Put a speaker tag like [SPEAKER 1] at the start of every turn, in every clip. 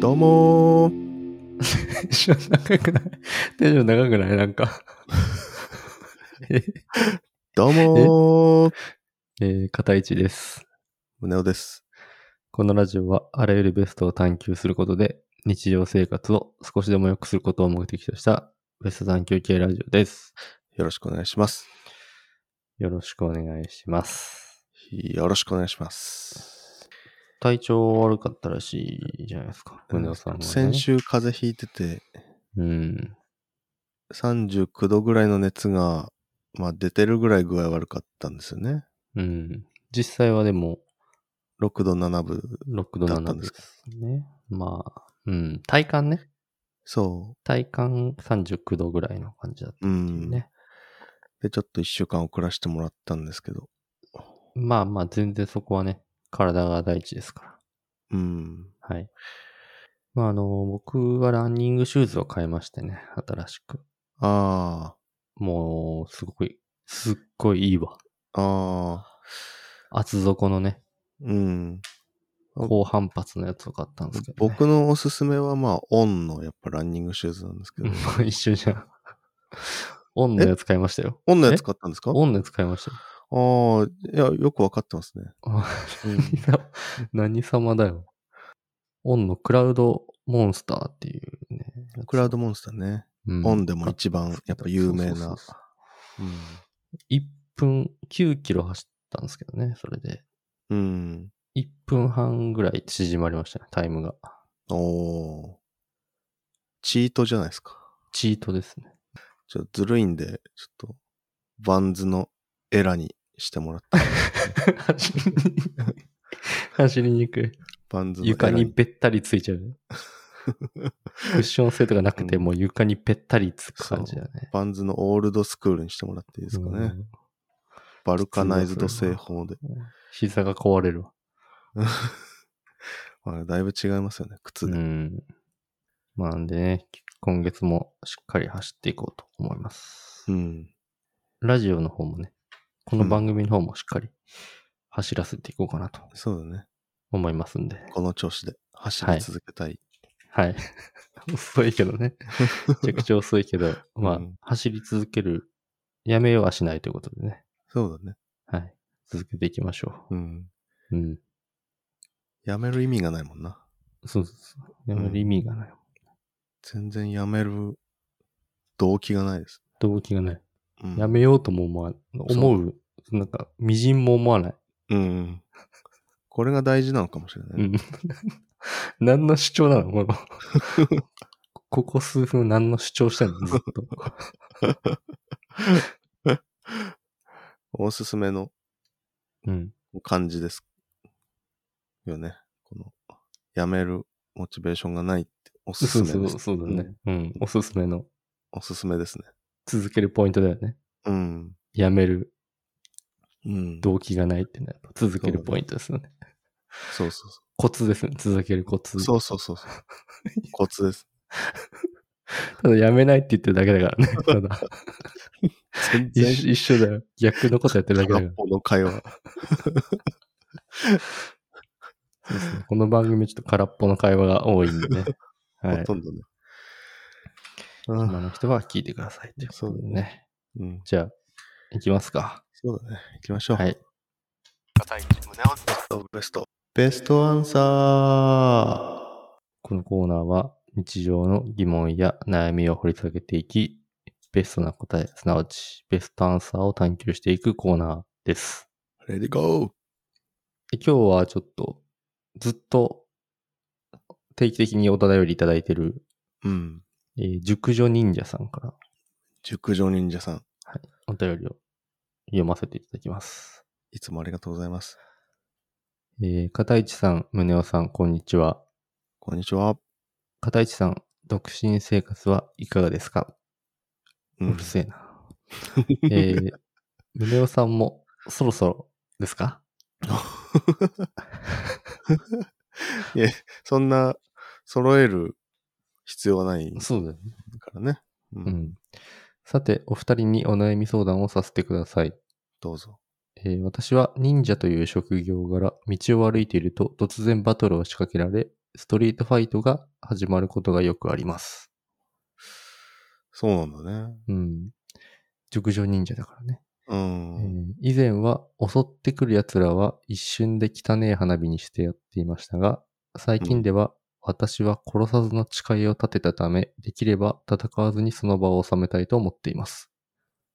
[SPEAKER 1] どうもー。
[SPEAKER 2] テンション高くないテンション高くないなんか え。
[SPEAKER 1] どうもー。
[SPEAKER 2] えー、片一です。
[SPEAKER 1] 胸尾です。
[SPEAKER 2] このラジオはあらゆるベストを探求することで日常生活を少しでも良くすることを目的としたベスト探求系ラジオです。
[SPEAKER 1] よろしくお願いします。
[SPEAKER 2] よろしくお願いします。
[SPEAKER 1] よろしくお願いします。
[SPEAKER 2] 体調悪かったらしいじゃないですか。宗男さんは、ね。
[SPEAKER 1] 先。週風邪ひいてて、
[SPEAKER 2] うん。
[SPEAKER 1] 39度ぐらいの熱が、まあ出てるぐらい具合悪かったんですよね。
[SPEAKER 2] うん。実際はでも、
[SPEAKER 1] 6度7分。
[SPEAKER 2] 6度
[SPEAKER 1] だった
[SPEAKER 2] 7
[SPEAKER 1] ん
[SPEAKER 2] 分
[SPEAKER 1] で
[SPEAKER 2] ですすね。まあ、うん。体感ね。
[SPEAKER 1] そ
[SPEAKER 2] 体感39度ぐらいの感じだった
[SPEAKER 1] う。う。
[SPEAKER 2] っていうんね。
[SPEAKER 1] で、ちょっと1週間遅らせてもらったんですけど。
[SPEAKER 2] まあまあ、全然そこはね、体が第一ですから。
[SPEAKER 1] うん。
[SPEAKER 2] はい。まあ、あの、僕はランニングシューズを買いましてね、新しく。
[SPEAKER 1] あ
[SPEAKER 2] もう、すごい、すっごいいいわ。
[SPEAKER 1] あ、ああ、
[SPEAKER 2] 厚底のね、
[SPEAKER 1] うん。お
[SPEAKER 2] 高反発のやつを買ったんですけど、ね。
[SPEAKER 1] 僕のおすすめはまあ、オンのやっぱランニングシューズなんです けど。
[SPEAKER 2] 僕一緒じゃん。オンのやつ買いましたよ。
[SPEAKER 1] オンのやつ買ったんですかあ
[SPEAKER 2] オンのやつ買いましたよ。
[SPEAKER 1] あー、いや、よくわかってます ね。
[SPEAKER 2] 何様だよ。オンのクラウドモンスターっていうね。
[SPEAKER 1] クラウドモンスターね。
[SPEAKER 2] うん
[SPEAKER 1] オンでも一番やっぱ有名
[SPEAKER 2] そうそう
[SPEAKER 1] な。
[SPEAKER 2] そう
[SPEAKER 1] うん
[SPEAKER 2] 1分9キロ走ったんですけどね、それで。
[SPEAKER 1] うん。
[SPEAKER 2] 1分半ぐらい縮まりましたね、タイムが。
[SPEAKER 1] おーチートじゃないですか。
[SPEAKER 2] チートですね。
[SPEAKER 1] ちょっとずるいんで、ちょっと、バンズのエラにしてもらって。
[SPEAKER 2] 走りにくい。走りにくい。
[SPEAKER 1] バンズのエラ
[SPEAKER 2] 床にべったりついちゃう。クッション性とかなくて、
[SPEAKER 1] うん
[SPEAKER 2] もう床にべったりつく感じだね。
[SPEAKER 1] バンズのオールドスクールにしてもらっていいですかね。
[SPEAKER 2] うん
[SPEAKER 1] バルカナイズド製法で。
[SPEAKER 2] 膝が壊れるわ。
[SPEAKER 1] あれだいぶ違いますよね、靴
[SPEAKER 2] う
[SPEAKER 1] で。
[SPEAKER 2] ん。まあなんでね、今月もしっかり走っていこうと思います。
[SPEAKER 1] うん。
[SPEAKER 2] ラジオの方もね、この番組の方もしっかり走らせていこうかなと
[SPEAKER 1] そうだね。
[SPEAKER 2] 思いますんで。
[SPEAKER 1] この調子で走
[SPEAKER 2] は
[SPEAKER 1] り
[SPEAKER 2] い
[SPEAKER 1] 続けたい。
[SPEAKER 2] はい。遅いけど ね。めちゃくちゃ遅いけど、まあ、
[SPEAKER 1] うん
[SPEAKER 2] 走り続ける、やめようはしないということでね。
[SPEAKER 1] そうだね。
[SPEAKER 2] はい。続けていきましょ
[SPEAKER 1] うん。
[SPEAKER 2] う。うん。
[SPEAKER 1] やめる意味がないもんな。
[SPEAKER 2] そうそうそう。やめる意味がない。
[SPEAKER 1] 全然やめる動機がないです。
[SPEAKER 2] 動機がない。
[SPEAKER 1] うん、
[SPEAKER 2] やめようとも思わ、思う、なんか、微塵も思わない。
[SPEAKER 1] うん。これが大事なのかもしれな
[SPEAKER 2] う
[SPEAKER 1] い。
[SPEAKER 2] ん。 何の主張なの このここ数分何の主張してんのずっと。
[SPEAKER 1] おすすめの
[SPEAKER 2] うん。
[SPEAKER 1] 感じです。よね。この、やめるモチベーションがないって、おすす
[SPEAKER 2] そう
[SPEAKER 1] めです。
[SPEAKER 2] そう、そうだね。うん。おすすめの
[SPEAKER 1] おすすめですね。
[SPEAKER 2] 続けるポイントだよね。
[SPEAKER 1] うん。
[SPEAKER 2] やめる
[SPEAKER 1] うん。
[SPEAKER 2] 動機がないっていうのはやっぱ続けるポイントですよね。
[SPEAKER 1] そうそうそ
[SPEAKER 2] コツですね。続けるコツ
[SPEAKER 1] う。。そうそうそうそう。コツです。
[SPEAKER 2] ただやめないって言ってるだけだからね。ただ
[SPEAKER 1] 全
[SPEAKER 2] 一
[SPEAKER 1] 然
[SPEAKER 2] 緒一緒だよ。逆のことやってるだけだ
[SPEAKER 1] 片っ
[SPEAKER 2] から。
[SPEAKER 1] ぽの会話。
[SPEAKER 2] そうですねこの番組ちょっと空っぽの会話が多いんでね。は
[SPEAKER 1] ほ
[SPEAKER 2] い。
[SPEAKER 1] とんどね。
[SPEAKER 2] 今の人は聞いてくださいっていうことでね。
[SPEAKER 1] うん。うん。
[SPEAKER 2] じゃあ、行きますか。
[SPEAKER 1] そうだね。行きましょう。
[SPEAKER 2] はい。
[SPEAKER 1] ベスト、ベスト。ベストアンサー。
[SPEAKER 2] このコーナーは日常の疑問や悩みを掘り下げていき、ベストな答え、すなわちベストアンサーを探求していくコーナーです。
[SPEAKER 1] レディゴー
[SPEAKER 2] で今日はちょっとずっと定期的にお便りいただいてる、
[SPEAKER 1] うん。
[SPEAKER 2] えー熟女忍者さんから
[SPEAKER 1] 熟女忍者さん、
[SPEAKER 2] お便りを読ませていただきます。
[SPEAKER 1] いつもありがとうございます。
[SPEAKER 2] えー、片市さん、宗男さん、こんにちは。
[SPEAKER 1] こんにちは。
[SPEAKER 2] 片市さん、独身生活はいかがですか
[SPEAKER 1] う
[SPEAKER 2] うるせえな。えー、宗男さんもそろそろですか
[SPEAKER 1] そんな、揃える必要はない
[SPEAKER 2] そうだね。
[SPEAKER 1] からね。う。
[SPEAKER 2] うんん。さて、お二人にお悩み相談をさせてください。
[SPEAKER 1] どうぞ。
[SPEAKER 2] えー私は忍者という職業柄、道を歩いていると突然バトルを仕掛けられ、ストリートファイトが始まることがよくあります。
[SPEAKER 1] そうなんだね。
[SPEAKER 2] うん。熟女忍者だからね。
[SPEAKER 1] うん。
[SPEAKER 2] えー以前は襲ってくる奴らは一瞬で汚え花火にしてやっていましたが、最近では私は殺さずの誓いを立てたため、できれば戦わずにその場を収めたいと思っています。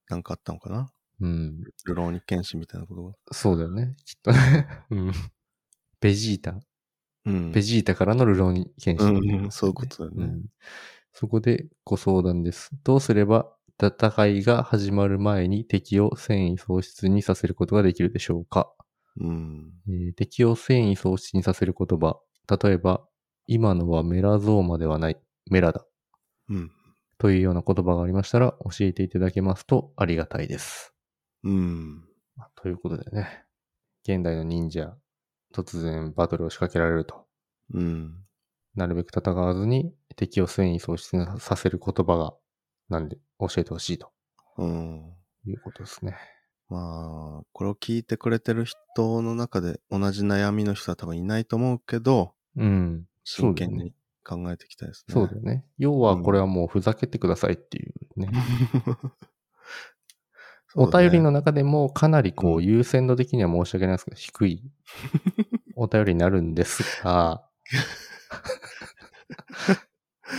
[SPEAKER 1] なんかあったのかな
[SPEAKER 2] うん。
[SPEAKER 1] ルローニケンシンみたいなことが。
[SPEAKER 2] そうだよね。きっとね。うん。ベジータ。
[SPEAKER 1] うん。
[SPEAKER 2] ベジータからのルローニケンシン
[SPEAKER 1] うんうんそういうことだよね
[SPEAKER 2] んそこでご相談です。どうすれば戦いが始まる前に敵を戦意喪失にさせることができるでしょうか
[SPEAKER 1] うん。
[SPEAKER 2] えー敵を戦意喪失にさせる言葉。例えば、今のはメラゾーマではない、メラだ。
[SPEAKER 1] うん。
[SPEAKER 2] というような言葉がありましたら、教えていただけますとありがたいです。
[SPEAKER 1] うん。
[SPEAKER 2] まあということでね、現代の忍者、突然バトルを仕掛けられると。
[SPEAKER 1] うん。
[SPEAKER 2] なるべく戦わずに敵を戦意喪失にさせる言葉が、なんで、教えてほしいと
[SPEAKER 1] うん。
[SPEAKER 2] いうことですね。
[SPEAKER 1] まあ、これを聞いてくれてる人の中で同じ悩みの人は多分いないと思うけど、
[SPEAKER 2] うん。そ
[SPEAKER 1] 真
[SPEAKER 2] うだよ
[SPEAKER 1] 剣
[SPEAKER 2] ね
[SPEAKER 1] に考えていきたいですね。
[SPEAKER 2] そうだ よね。要は、これはもうふざけてくださいっていうね。
[SPEAKER 1] そう
[SPEAKER 2] お
[SPEAKER 1] だね
[SPEAKER 2] 便りの中でもかなりこう優先度的には申し訳ないですけど、低いお便りになるんですが、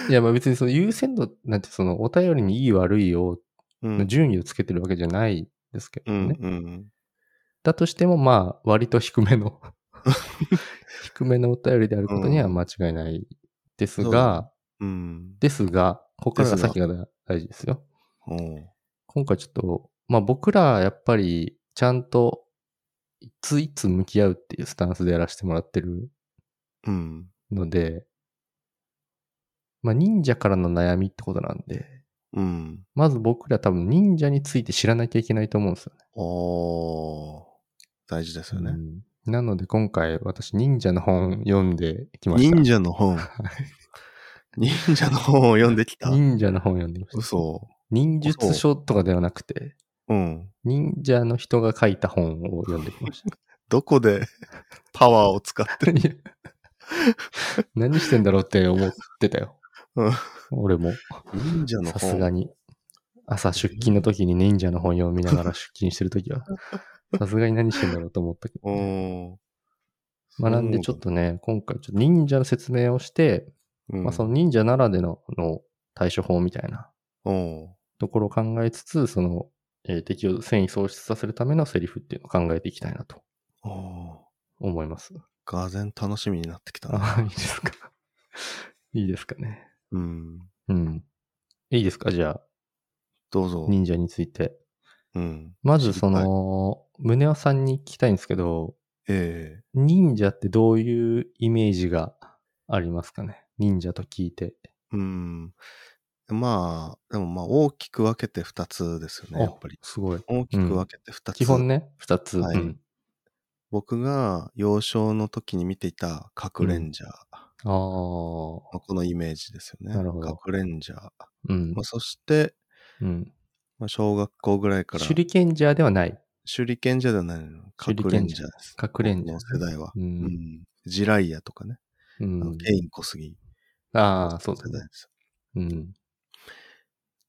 [SPEAKER 2] いやまあ別にその優先度なんてそのお便りにいい悪いを
[SPEAKER 1] うん
[SPEAKER 2] の順位をつけてるわけじゃないですけど
[SPEAKER 1] う
[SPEAKER 2] ね。
[SPEAKER 1] んうん
[SPEAKER 2] だとしてもまあ割と低め の低めのお便りであることには間違いないです
[SPEAKER 1] そうだ
[SPEAKER 2] が、
[SPEAKER 1] うん。
[SPEAKER 2] ですが、ここからが
[SPEAKER 1] ですが
[SPEAKER 2] 先が大事ですよ。
[SPEAKER 1] おう
[SPEAKER 2] 今回ちょっと、まあ僕らやっぱりちゃんといついつ向き合うっていうスタンスでやらせてもらってる
[SPEAKER 1] うん。
[SPEAKER 2] ので、まあ忍者からの悩みってことなんで、
[SPEAKER 1] うん。
[SPEAKER 2] まず僕ら多分忍者について知らなきゃいけないと思うんですよ
[SPEAKER 1] おー大事ですよ
[SPEAKER 2] ね。
[SPEAKER 1] ね。
[SPEAKER 2] うんなので今回私忍者の本読んできました。
[SPEAKER 1] 忍者の 本。忍者の本を読んできた。
[SPEAKER 2] 忍者の本読んできました。
[SPEAKER 1] 嘘。
[SPEAKER 2] 忍術書とかではなくて、
[SPEAKER 1] うん。
[SPEAKER 2] 忍者の人が書いた本を読んできました。
[SPEAKER 1] どこで パワーを使ってる
[SPEAKER 2] いや 何してんだろうって思ってたよ。
[SPEAKER 1] うん
[SPEAKER 2] 俺も、
[SPEAKER 1] 忍者の
[SPEAKER 2] さ
[SPEAKER 1] 本。
[SPEAKER 2] すがに。朝出勤の時に忍者の本読みながら出勤してる 時は、さすがに何してんだろうと思ったけど、
[SPEAKER 1] おー。
[SPEAKER 2] まあなんでちょっとね、今回ちょっと忍者の説明をして、
[SPEAKER 1] うん、
[SPEAKER 2] まあその忍者ならでのの対処法みたいな
[SPEAKER 1] おう
[SPEAKER 2] ところを考えつつ、その、えー敵を戦意喪失させるためのセリフっていうのを考えていきたいなと
[SPEAKER 1] おう
[SPEAKER 2] 思います。
[SPEAKER 1] がぜん楽しみになってきた な。
[SPEAKER 2] あいいですか。いいですかね。
[SPEAKER 1] うん。
[SPEAKER 2] うん。いいですかじゃあ、
[SPEAKER 1] どうぞ。
[SPEAKER 2] 忍者について。
[SPEAKER 1] うん。
[SPEAKER 2] まずそ
[SPEAKER 1] 知りたい、
[SPEAKER 2] の、宗男さんに聞きたいんですけど、
[SPEAKER 1] え
[SPEAKER 2] 忍者ってどういうイメージがありますかね忍者と聞いて。
[SPEAKER 1] えうん。まあ、でもまあ大きく分けて2つですよね、
[SPEAKER 2] あ
[SPEAKER 1] やっぱり。
[SPEAKER 2] すごい。
[SPEAKER 1] 大きく分けて2つ。
[SPEAKER 2] 基本ね、二つ。
[SPEAKER 1] はい
[SPEAKER 2] うん
[SPEAKER 1] 僕が幼少の時に見ていたカクレンジャー。
[SPEAKER 2] ああ。
[SPEAKER 1] まあこのイメージですよね。
[SPEAKER 2] なるほど
[SPEAKER 1] カクレンジャー。
[SPEAKER 2] うん
[SPEAKER 1] まあ、。そして、
[SPEAKER 2] うん。
[SPEAKER 1] まあ、小学校ぐらいから
[SPEAKER 2] 手裏剣ジャーではない。
[SPEAKER 1] 手裏剣じゃないの。
[SPEAKER 2] 手
[SPEAKER 1] カ
[SPEAKER 2] 裏
[SPEAKER 1] クレン
[SPEAKER 2] 剣
[SPEAKER 1] ジャ
[SPEAKER 2] じ
[SPEAKER 1] ー
[SPEAKER 2] ゃ
[SPEAKER 1] です。
[SPEAKER 2] かくれんじゃ
[SPEAKER 1] 僕の世代は。う
[SPEAKER 2] う。
[SPEAKER 1] んん。ジライアとかね。
[SPEAKER 2] う
[SPEAKER 1] あの
[SPEAKER 2] ん。
[SPEAKER 1] ケイン小杉。
[SPEAKER 2] ああ、そうだ
[SPEAKER 1] 世
[SPEAKER 2] ね
[SPEAKER 1] 代。です。
[SPEAKER 2] うん。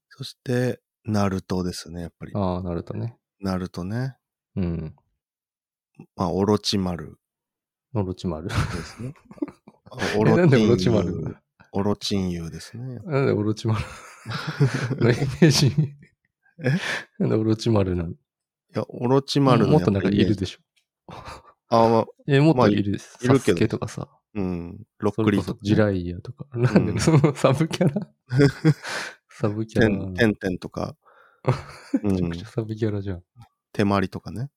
[SPEAKER 1] そして、ナルトですね、やっぱり。
[SPEAKER 2] ああ、なるとね。
[SPEAKER 1] ナルトね。
[SPEAKER 2] うん。
[SPEAKER 1] まあ、オロチマル
[SPEAKER 2] オロチマル。
[SPEAKER 1] です ね。あ
[SPEAKER 2] え
[SPEAKER 1] オ
[SPEAKER 2] なんでオロ
[SPEAKER 1] ロ
[SPEAKER 2] チ
[SPEAKER 1] チ
[SPEAKER 2] マ
[SPEAKER 1] マ
[SPEAKER 2] ル
[SPEAKER 1] ル。オロチンユーですね。
[SPEAKER 2] なんでオロチマ ルのイメージに
[SPEAKER 1] え
[SPEAKER 2] なんでオロチマルなの
[SPEAKER 1] いや、オロチマルの
[SPEAKER 2] も
[SPEAKER 1] や
[SPEAKER 2] っ
[SPEAKER 1] っ
[SPEAKER 2] と
[SPEAKER 1] ぱ
[SPEAKER 2] なんか
[SPEAKER 1] り
[SPEAKER 2] い
[SPEAKER 1] イメージ
[SPEAKER 2] るでしょ。
[SPEAKER 1] あ、まあ、
[SPEAKER 2] え、もっ
[SPEAKER 1] まあ
[SPEAKER 2] といるです。
[SPEAKER 1] いる
[SPEAKER 2] サス
[SPEAKER 1] けど
[SPEAKER 2] ケとかさ、
[SPEAKER 1] うん。ロ
[SPEAKER 2] そ
[SPEAKER 1] ック
[SPEAKER 2] れ
[SPEAKER 1] リ
[SPEAKER 2] こ
[SPEAKER 1] ーと
[SPEAKER 2] そ
[SPEAKER 1] かね、
[SPEAKER 2] ジライアとか、なんで、
[SPEAKER 1] うん
[SPEAKER 2] そのサブ キャラサブキャ
[SPEAKER 1] テ
[SPEAKER 2] ラ。
[SPEAKER 1] ン、テンテンとか、う
[SPEAKER 2] めちゃ
[SPEAKER 1] ん
[SPEAKER 2] くちゃ、サブキャラじゃん。
[SPEAKER 1] 手まりとかね。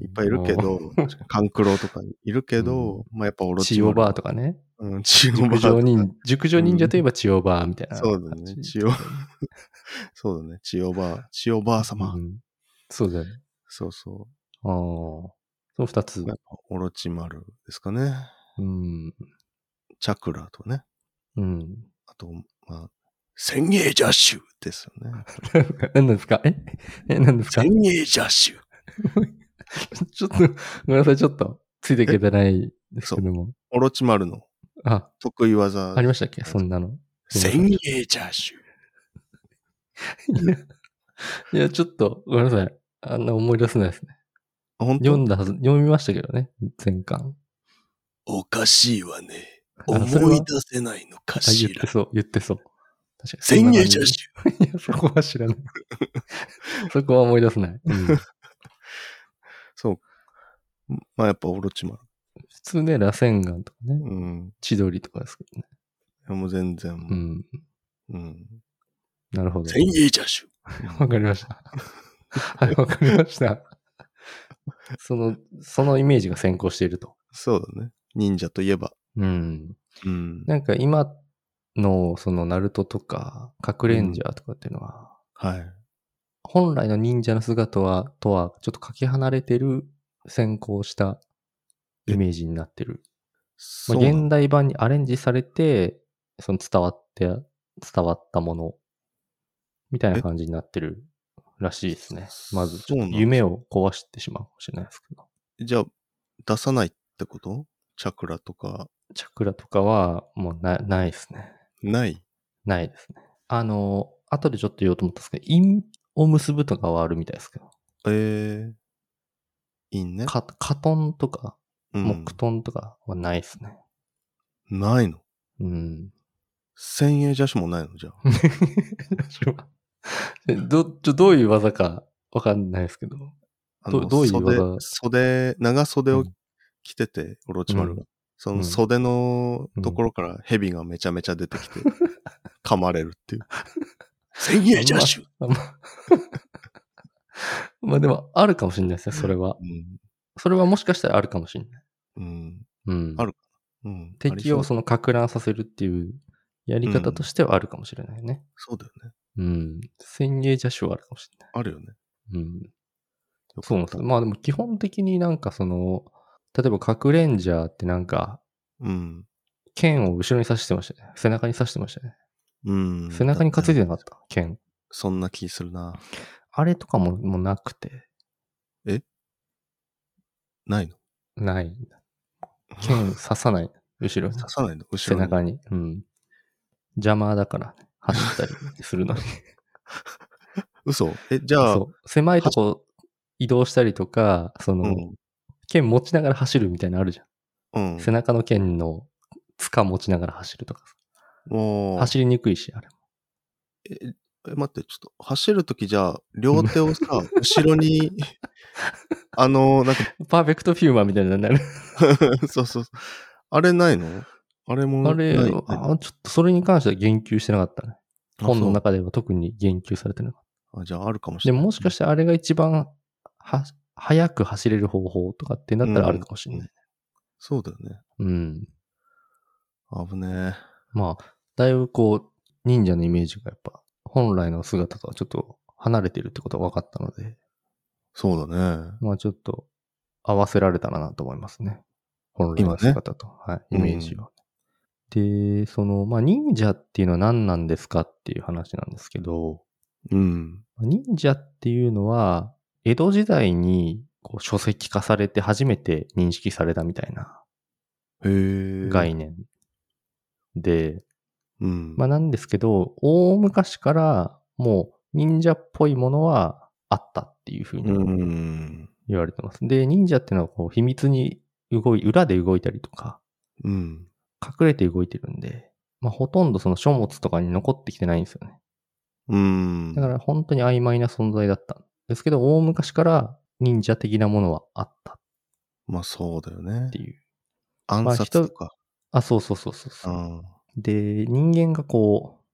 [SPEAKER 1] いっぱいいるけど、カンクロとかいるけど、まあやっぱオ
[SPEAKER 2] うん。
[SPEAKER 1] ロチ
[SPEAKER 2] チ
[SPEAKER 1] マ
[SPEAKER 2] オ
[SPEAKER 1] ル。
[SPEAKER 2] バーとかね。
[SPEAKER 1] うん、チオ
[SPEAKER 2] 熟
[SPEAKER 1] バ
[SPEAKER 2] 女
[SPEAKER 1] ー。
[SPEAKER 2] 忍熟女忍者といえばチオバーみたいな。
[SPEAKER 1] そうだね。チオ、 そうだね。チオバー。チオバー様。
[SPEAKER 2] うんそうだよね。
[SPEAKER 1] そうそう。
[SPEAKER 2] ああ。その二つ
[SPEAKER 1] や。っぱオロチマルですかね。
[SPEAKER 2] うん。
[SPEAKER 1] チャクラとね。
[SPEAKER 2] うん。
[SPEAKER 1] あと、まあ、千栄ジャッシュですよね。
[SPEAKER 2] 何ですかええ何ですか
[SPEAKER 1] 千栄ジャッシュ。
[SPEAKER 2] ちょっと、ごめんなさい、ちょっと、ついていけてないですけども。
[SPEAKER 1] オロチマルの
[SPEAKER 2] あ、
[SPEAKER 1] 得意技。
[SPEAKER 2] ありましたっけそんなの。
[SPEAKER 1] 千栄チャーシュー。
[SPEAKER 2] いや、いやちょっと、ごめんなさい。あんな思い出せないですね。
[SPEAKER 1] あ本
[SPEAKER 2] 読
[SPEAKER 1] 当
[SPEAKER 2] んだはず、読みましたけどね、前巻。
[SPEAKER 1] おかしいわね。
[SPEAKER 2] あそれは
[SPEAKER 1] 思い出せないのか
[SPEAKER 2] あ、言っ
[SPEAKER 1] しら
[SPEAKER 2] て。そう、言ってそう。確かに
[SPEAKER 1] 千栄
[SPEAKER 2] そ
[SPEAKER 1] チ
[SPEAKER 2] ん
[SPEAKER 1] ャー
[SPEAKER 2] な
[SPEAKER 1] シュー。
[SPEAKER 2] 感じいや、 そこは知らない。そこは思い出せない。うん普
[SPEAKER 1] そう。まあやっぱオロチマ
[SPEAKER 2] 通ね、螺旋岩とかね
[SPEAKER 1] ル。、うん。
[SPEAKER 2] 千鳥とかですけどね。
[SPEAKER 1] いやもう全然。
[SPEAKER 2] う
[SPEAKER 1] うん。
[SPEAKER 2] ん。なるほど。
[SPEAKER 1] 千栄チャーシ
[SPEAKER 2] わ
[SPEAKER 1] ュ
[SPEAKER 2] かりました。 はい、わかりました。その、そのイメージが先行していると。
[SPEAKER 1] そうだね。忍者といえば。
[SPEAKER 2] うん。
[SPEAKER 1] うん。
[SPEAKER 2] なんか今の、その、ナルトとか、核レンジャーとかっていうのは、
[SPEAKER 1] はい。
[SPEAKER 2] 本来の忍者の姿は、とは、ちょっとかけ離れてる、先行したイメージになってる。ま
[SPEAKER 1] そ
[SPEAKER 2] あ、
[SPEAKER 1] うなん
[SPEAKER 2] 現代版にアレンジされて、その伝わって、伝わったもの、みたいな感じになってるらしいですね。
[SPEAKER 1] え
[SPEAKER 2] まず、
[SPEAKER 1] そうなんです
[SPEAKER 2] 夢を壊してしまうかもしれないですけど。
[SPEAKER 1] じゃあ、出さないってことチャクラとか、
[SPEAKER 2] チャクラとかは、もうな、ないですね。
[SPEAKER 1] ない。
[SPEAKER 2] ないですね。あの、後でちょっと言おうと思ったんですけど、陰を結ぶとかはあるみたいですけど、
[SPEAKER 1] ええいいね。
[SPEAKER 2] か、カトンとか、
[SPEAKER 1] うん
[SPEAKER 2] 木、トンとかはないですね。
[SPEAKER 1] ないの。
[SPEAKER 2] うん。
[SPEAKER 1] 千円邪手もないのじゃあ。
[SPEAKER 2] ど、ちょ、どういう技かわかんないですけど。
[SPEAKER 1] あの
[SPEAKER 2] どどういう技
[SPEAKER 1] 袖、袖、長袖を
[SPEAKER 2] うん
[SPEAKER 1] 着てて、オロチマルが。
[SPEAKER 2] う
[SPEAKER 1] そうの
[SPEAKER 2] ん
[SPEAKER 1] 袖のところから蛇がめちゃめちゃ出てき て、噛まれるっていう。千円邪手
[SPEAKER 2] あんままあでも、あるかもしれないですね、それは。
[SPEAKER 1] うん。
[SPEAKER 2] それはもしかしたらあるかもしれない。
[SPEAKER 1] うん。
[SPEAKER 2] うん。
[SPEAKER 1] あるうん。
[SPEAKER 2] 敵を
[SPEAKER 1] ありそう
[SPEAKER 2] その、か乱させるっていうやり方としてはあるかもしれないね。
[SPEAKER 1] そうだよね。
[SPEAKER 2] うん。先鋭邪手はあるかもしれない。
[SPEAKER 1] あるよね。
[SPEAKER 2] うん。
[SPEAKER 1] よかった
[SPEAKER 2] そうなんですよまあでも基本的になんかその、例えば核レンジャーってなんか、
[SPEAKER 1] うん。
[SPEAKER 2] 剣を後ろに刺してましたね。背中に刺してましたね。
[SPEAKER 1] うん。
[SPEAKER 2] 背中に担いで
[SPEAKER 1] だね
[SPEAKER 2] なかった、剣。
[SPEAKER 1] そんな気するな。
[SPEAKER 2] あれとかももうなくて、
[SPEAKER 1] ないの
[SPEAKER 2] ない。剣刺 さない。後ろに。
[SPEAKER 1] 刺さないの後
[SPEAKER 2] 背
[SPEAKER 1] ろに。
[SPEAKER 2] 中に。うん。邪魔だから、ね、走ったりするのに。
[SPEAKER 1] 嘘え、 じゃあ、
[SPEAKER 2] そう。狭いとこ移動したりとか、その、
[SPEAKER 1] うん。
[SPEAKER 2] 剣持ちながら走るみたいなのあるじゃん。
[SPEAKER 1] うん。
[SPEAKER 2] 背中の剣の塚持ちながら走るとかさ。
[SPEAKER 1] もう、
[SPEAKER 2] 走りにくいし、あれも。
[SPEAKER 1] え、待って、ちょっと、走るときじゃあ、両手をさ、 後ろに、あの、なん
[SPEAKER 2] パーフェクトフューマーみたいになる。
[SPEAKER 1] か、 そうそうそう。あれないのあれも
[SPEAKER 2] あれ、
[SPEAKER 1] ない、
[SPEAKER 2] あちょっとそれに関しては言及してなかったね。
[SPEAKER 1] あ
[SPEAKER 2] 本
[SPEAKER 1] そ
[SPEAKER 2] の
[SPEAKER 1] う
[SPEAKER 2] 中では特に言及されてなかった。
[SPEAKER 1] あじゃあ、あるかもし
[SPEAKER 2] で
[SPEAKER 1] れない。
[SPEAKER 2] ももしかしてあれが一番は、早く走れる方法とかってなったらあるかもしれない。
[SPEAKER 1] そうだよね。
[SPEAKER 2] うん。
[SPEAKER 1] 危ね
[SPEAKER 2] まあ、だいぶこう、忍者のイメージがやっぱ、本来の姿とはちょっと離れてるってことが分かったので、
[SPEAKER 1] そうだね。
[SPEAKER 2] まあちょっと合わせられたらなと思いますね。本来
[SPEAKER 1] 今
[SPEAKER 2] の
[SPEAKER 1] ね
[SPEAKER 2] 姿と、はい、イメージを。で、その、まあ忍者っていうのは何なんですかっていう話なんですけど、
[SPEAKER 1] うん。
[SPEAKER 2] 忍者っていうのは、江戸時代にこう書籍化されて初めて認識されたみたいな
[SPEAKER 1] へえ。
[SPEAKER 2] 概念で、
[SPEAKER 1] うん。
[SPEAKER 2] まあなんですけど、大昔からもう忍者っぽいものはあったっていうふう
[SPEAKER 1] う
[SPEAKER 2] に
[SPEAKER 1] ん。
[SPEAKER 2] 言われてます。で、忍者っていうのはこう秘密に動い、裏で動いたりとか、
[SPEAKER 1] うん。
[SPEAKER 2] 隠れて動いてるんで、まあほとんどその書物とかに残ってきてないんですよね。
[SPEAKER 1] うん。
[SPEAKER 2] だから本当に曖昧な存在だったんですけど、大昔から忍者的なものはあったっ
[SPEAKER 1] まあ、そうだよね
[SPEAKER 2] て。いう。
[SPEAKER 1] 暗殺とか。
[SPEAKER 2] あ、そうそうそうそうそうう、
[SPEAKER 1] ん。
[SPEAKER 2] で、人間がこう、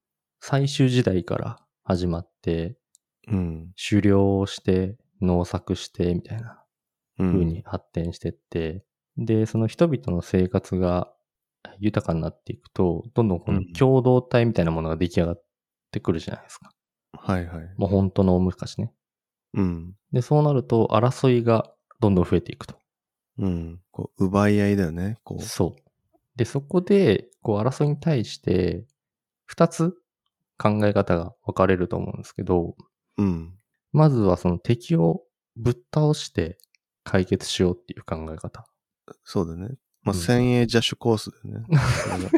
[SPEAKER 2] 最終時代から始まって、
[SPEAKER 1] うん。
[SPEAKER 2] 狩猟して、農作して、みたいな
[SPEAKER 1] うん
[SPEAKER 2] 風に。発展してって、で、その人々の生活が豊かになっていくと、どんどんこの
[SPEAKER 1] うん
[SPEAKER 2] 共同体みたいなものが出来上がってくるじゃないですか。
[SPEAKER 1] はいはい。
[SPEAKER 2] もう本当の大昔ね。
[SPEAKER 1] うん。
[SPEAKER 2] で、そうなると争いがどんどん増えていくと。
[SPEAKER 1] うん。こう、奪い合いだよね。こう。
[SPEAKER 2] そう。で、そこで、こう、争いに対して、二つ考え方が分かれると思うんですけど、
[SPEAKER 1] うん。
[SPEAKER 2] まずはその敵をぶっ倒して解決しようっていう考え方。
[SPEAKER 1] そうだね。まあ、
[SPEAKER 2] うん
[SPEAKER 1] 先鋭ジャッシュコースだよね。そ れが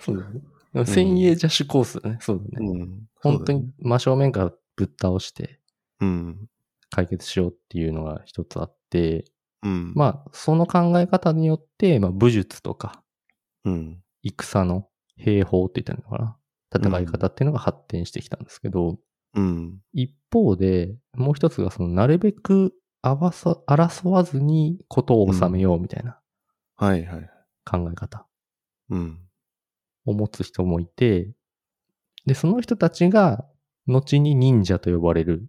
[SPEAKER 2] そうだね。でも先鋭ジャッシュコースだね。そうだね。
[SPEAKER 1] うん
[SPEAKER 2] 本当に真正面からぶっ倒して
[SPEAKER 1] うん。
[SPEAKER 2] 解決しようっていうのが一つあって、
[SPEAKER 1] うん。あ、
[SPEAKER 2] まあ、その考え方によって、まあ、武術とか、
[SPEAKER 1] うん。
[SPEAKER 2] 戦の兵法って言ったらいいのかな戦い方っていうのが発展してきたんですけど、
[SPEAKER 1] うん。
[SPEAKER 2] 一方で、もう一つが、その、なるべく合わさ争わずにことを収めようみたいな
[SPEAKER 1] はいはい。
[SPEAKER 2] 考え方
[SPEAKER 1] うん。
[SPEAKER 2] を持つ人もいて、で、その人たちが、後に忍者と呼ばれる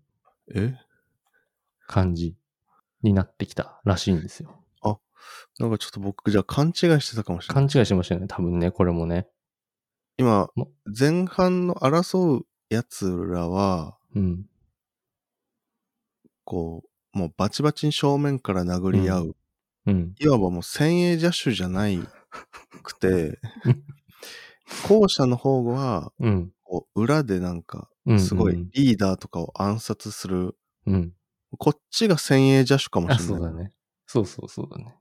[SPEAKER 1] え
[SPEAKER 2] 感じになってきたらしいんですよ。
[SPEAKER 1] なんかちょっと僕、じゃあ勘違いしてたかもしれない。
[SPEAKER 2] 勘違いしましたよね、多分ね、これもね。
[SPEAKER 1] 今
[SPEAKER 2] も、
[SPEAKER 1] 前半の争う奴らは、
[SPEAKER 2] うん。
[SPEAKER 1] こう、もうバチバチに正面から殴り合う。
[SPEAKER 2] うん。
[SPEAKER 1] いわばもう先鋭ジャッシュじゃないく て、後者の方は、
[SPEAKER 2] うん。
[SPEAKER 1] こう裏でなんか、
[SPEAKER 2] うん。
[SPEAKER 1] すご
[SPEAKER 2] う
[SPEAKER 1] い
[SPEAKER 2] ん。
[SPEAKER 1] リーダーとかを暗殺する、
[SPEAKER 2] うん。
[SPEAKER 1] こっちが先鋭ジャッシュかも
[SPEAKER 2] あ、
[SPEAKER 1] し
[SPEAKER 2] そ
[SPEAKER 1] れ
[SPEAKER 2] う
[SPEAKER 1] な
[SPEAKER 2] だ
[SPEAKER 1] い。っ
[SPEAKER 2] ね。そうそうそうだね。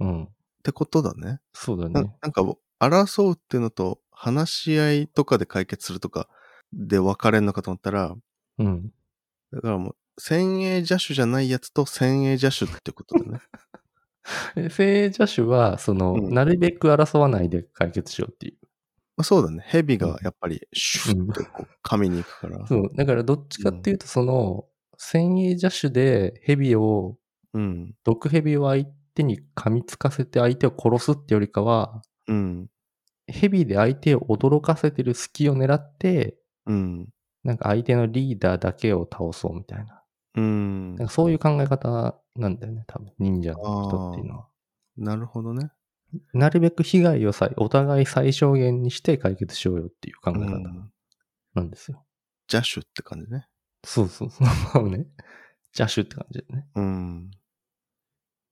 [SPEAKER 2] うん。
[SPEAKER 1] てことだね。
[SPEAKER 2] そうだ
[SPEAKER 1] な
[SPEAKER 2] ね。
[SPEAKER 1] なんか、争うっていうのと、話し合いとかで解決するとかで分かれんのかと思ったら、
[SPEAKER 2] うん。
[SPEAKER 1] だからもう、先鋭ジャッシュじゃないやつと先鋭ジャッシュってこと だね。
[SPEAKER 2] え聖ジャシュは、その、
[SPEAKER 1] うん
[SPEAKER 2] なるべく争わないで解決しよ うっていう。
[SPEAKER 1] まあそうだね。蛇がやっぱり、シュッてこう噛みに行くから。
[SPEAKER 2] そう。だから、どっちかっていうと、その、先鋭ジャッシュで蛇を、
[SPEAKER 1] うん。
[SPEAKER 2] 毒蛇を相手に噛みつかせて相手を殺すってよりかは、
[SPEAKER 1] うん。
[SPEAKER 2] 蛇で相手を驚かせてる隙を狙って、
[SPEAKER 1] うん。
[SPEAKER 2] なんか相手のリーダーだけを倒そうみたいな。
[SPEAKER 1] うん
[SPEAKER 2] なん。かそういう考え方なんだよね、多分。忍者の人っていうのは。
[SPEAKER 1] なるほどね。
[SPEAKER 2] なるべく被害をさえ、お互い最小限にして解決しようよっていう考え
[SPEAKER 1] う
[SPEAKER 2] 方
[SPEAKER 1] ん
[SPEAKER 2] なんですよ。
[SPEAKER 1] ジャッシュって感じね。
[SPEAKER 2] そうそうそう。まあね。ジャッシュって感じだね。
[SPEAKER 1] うん。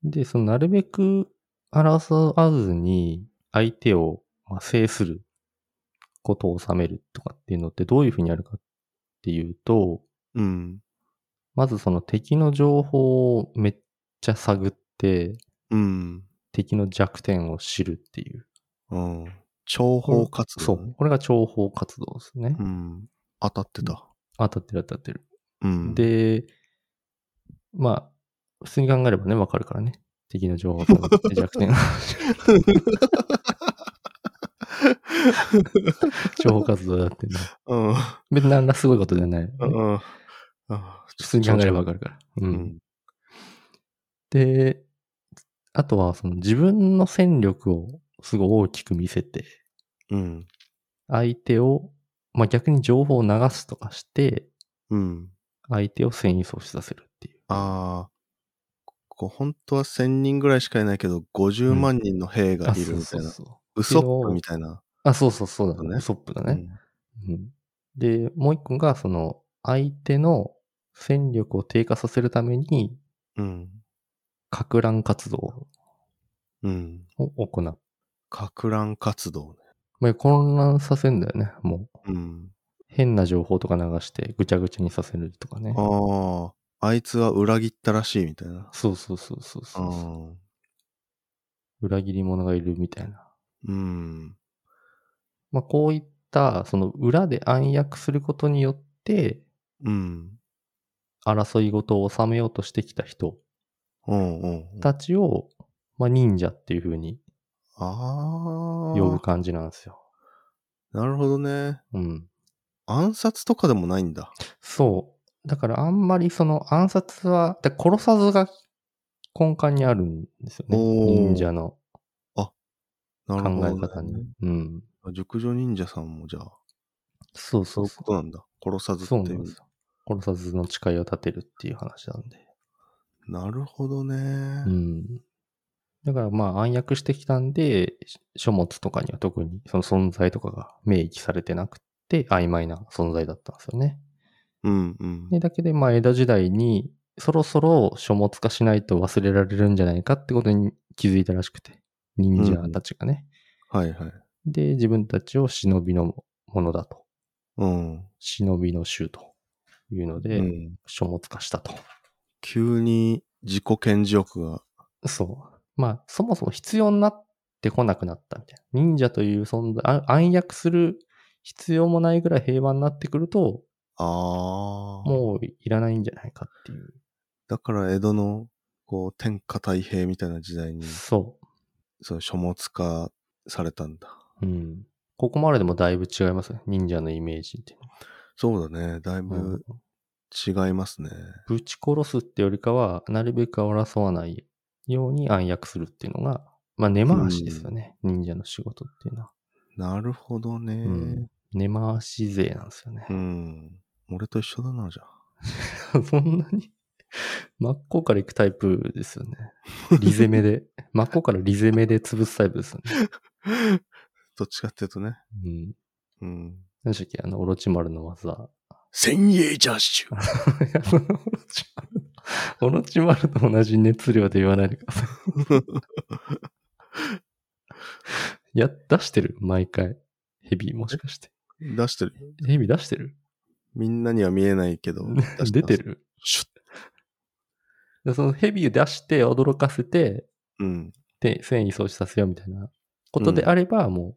[SPEAKER 2] で、そのなるべく争わずに相手をまあ制することを収めるとかっていうのってどういうふうにやるかっていうと、
[SPEAKER 1] うん。
[SPEAKER 2] まずその敵の情報をめっちゃ探って、
[SPEAKER 1] うん。
[SPEAKER 2] 敵の弱点を知るっていう。
[SPEAKER 1] うん。諜報活動。
[SPEAKER 2] そう。。これが情報活動ですね。
[SPEAKER 1] うん。当たってた。
[SPEAKER 2] 当たってる当たってる。
[SPEAKER 1] うん。、
[SPEAKER 2] で、まあ、普通に考えればね、わかるからね。敵の情報を探って 弱点を情報活動だってね。
[SPEAKER 1] うん。
[SPEAKER 2] 別に何らすごいことじゃない、ね。
[SPEAKER 1] うん。うん
[SPEAKER 2] 普通に考えればわかるから。う。
[SPEAKER 1] うんん。
[SPEAKER 2] で、あとは、その自分の戦力をすごい大きく見せて、
[SPEAKER 1] うん。
[SPEAKER 2] 相手を、まあ逆に情報を流すとかして、
[SPEAKER 1] うん。
[SPEAKER 2] 相手を戦意喪失させるっていう。
[SPEAKER 1] ああ。こう、本当は1000人ぐらいしかいないけど、50万人の兵が
[SPEAKER 2] あ、
[SPEAKER 1] い
[SPEAKER 2] そ
[SPEAKER 1] る
[SPEAKER 2] う
[SPEAKER 1] みた
[SPEAKER 2] そ
[SPEAKER 1] いうな。
[SPEAKER 2] そう。
[SPEAKER 1] ウソップみたいな。
[SPEAKER 2] あ、そうそうそうだ
[SPEAKER 1] そうだ
[SPEAKER 2] ね。
[SPEAKER 1] ね
[SPEAKER 2] ウソップだね。うんで、もう一個が、その、相手の戦力を低下させるために、
[SPEAKER 1] うん。
[SPEAKER 2] 拡乱活動
[SPEAKER 1] うん。うん。
[SPEAKER 2] を行う。
[SPEAKER 1] かく乱活動ね。
[SPEAKER 2] まあ、混乱させるんだよね。もう、
[SPEAKER 1] うん。
[SPEAKER 2] 変な情報とか流して、ぐちゃぐちゃにさせるとかね。
[SPEAKER 1] ああ。あいつは裏切ったらしいみたいな。
[SPEAKER 2] そうそうそうそう
[SPEAKER 1] う
[SPEAKER 2] そうそ
[SPEAKER 1] ん。
[SPEAKER 2] う。裏切り者がいるみたいな。
[SPEAKER 1] うん。
[SPEAKER 2] まあ、こういった、その、裏で暗躍することによって、
[SPEAKER 1] うん。
[SPEAKER 2] 争い事を収めようとしてきた人
[SPEAKER 1] うんうん。
[SPEAKER 2] たちを、まあ、忍者っていう風に
[SPEAKER 1] あ
[SPEAKER 2] 呼ぶ感じなんですよ。
[SPEAKER 1] あ。なるほどね。
[SPEAKER 2] うん。
[SPEAKER 1] 暗殺とかでもないんだ。
[SPEAKER 2] そう。だからあんまりその暗殺は、で殺さずが根幹にあるんですよね。
[SPEAKER 1] おー
[SPEAKER 2] 忍者の
[SPEAKER 1] な
[SPEAKER 2] 考
[SPEAKER 1] るほど、
[SPEAKER 2] え
[SPEAKER 1] ね。
[SPEAKER 2] 方に。うん。
[SPEAKER 1] あ熟女忍者さんもじゃあ、
[SPEAKER 2] そう
[SPEAKER 1] そう
[SPEAKER 2] そ
[SPEAKER 1] い
[SPEAKER 2] う
[SPEAKER 1] う
[SPEAKER 2] そ
[SPEAKER 1] ことなんだ。殺さ
[SPEAKER 2] う。
[SPEAKER 1] ず
[SPEAKER 2] そう
[SPEAKER 1] ってい
[SPEAKER 2] なん
[SPEAKER 1] う
[SPEAKER 2] ですよ。殺さずの誓いを立てるっていう話なんで。
[SPEAKER 1] なるほどね。
[SPEAKER 2] うん。だからまあ暗躍してきたんで、し書物とかには特にその存在とかが明記されてなくて、曖昧な存在だったんですよね。
[SPEAKER 1] うんうん。
[SPEAKER 2] で、だけで、まあ、江戸時代に、そろそろ書物化しないと忘れられるんじゃないかってことに気づいたらしくて、忍者たちがね。
[SPEAKER 1] はいはい。
[SPEAKER 2] で、自分たちを忍びのものだと、
[SPEAKER 1] うん。
[SPEAKER 2] 忍びの衆というの
[SPEAKER 1] う
[SPEAKER 2] で、
[SPEAKER 1] ん、
[SPEAKER 2] 書物化したと。
[SPEAKER 1] 急に自己顕示欲が
[SPEAKER 2] そう。まあ、そもそも必要になってこなくなったみたいな。忍者という存在、あ暗躍する必要もないぐらい平和になってくると、
[SPEAKER 1] ああ。
[SPEAKER 2] もういらないんじゃないかっていう。
[SPEAKER 1] だから江戸の、こう、天下太平みたいな時代に、
[SPEAKER 2] そ
[SPEAKER 1] その書物化されたんだ。
[SPEAKER 2] う。うん。ここまででもだいぶ違いますね。忍者のイメージっていう
[SPEAKER 1] そうだね。だい
[SPEAKER 2] のは。うん
[SPEAKER 1] ぶ違いますね。
[SPEAKER 2] ぶち殺すってよりかは、なるべく争わないように暗躍するっていうのが、まあ根回しですよね。忍者の仕事っていうのは。
[SPEAKER 1] なるほどね。
[SPEAKER 2] う
[SPEAKER 1] うん
[SPEAKER 2] ん。根回し勢なんですよね。。
[SPEAKER 1] 俺と一緒だな、じゃあ。
[SPEAKER 2] そんなに真っ向から行くタイプですよね。リ攻め で。真っ向からリ攻めで潰すタイプですよね。
[SPEAKER 1] どっちかっていうとね。
[SPEAKER 2] うん。
[SPEAKER 1] うん。
[SPEAKER 2] 何でしたっけあの、オロチマルの技。
[SPEAKER 1] 千鋭ジャッシュ。
[SPEAKER 2] いやそのオロチマルオロチマルと同じ熱量で言わないでください。いや、出してる毎回。ヘビもしかして。
[SPEAKER 1] 出してる。
[SPEAKER 2] ヘビ出してる。
[SPEAKER 1] みんなには見えないけどして
[SPEAKER 2] 出
[SPEAKER 1] ます
[SPEAKER 2] て。る
[SPEAKER 1] シュッ
[SPEAKER 2] でそのヘビ出して驚かせて、
[SPEAKER 1] うん。
[SPEAKER 2] で、繊維喪失させようみたいなことであれば、もう、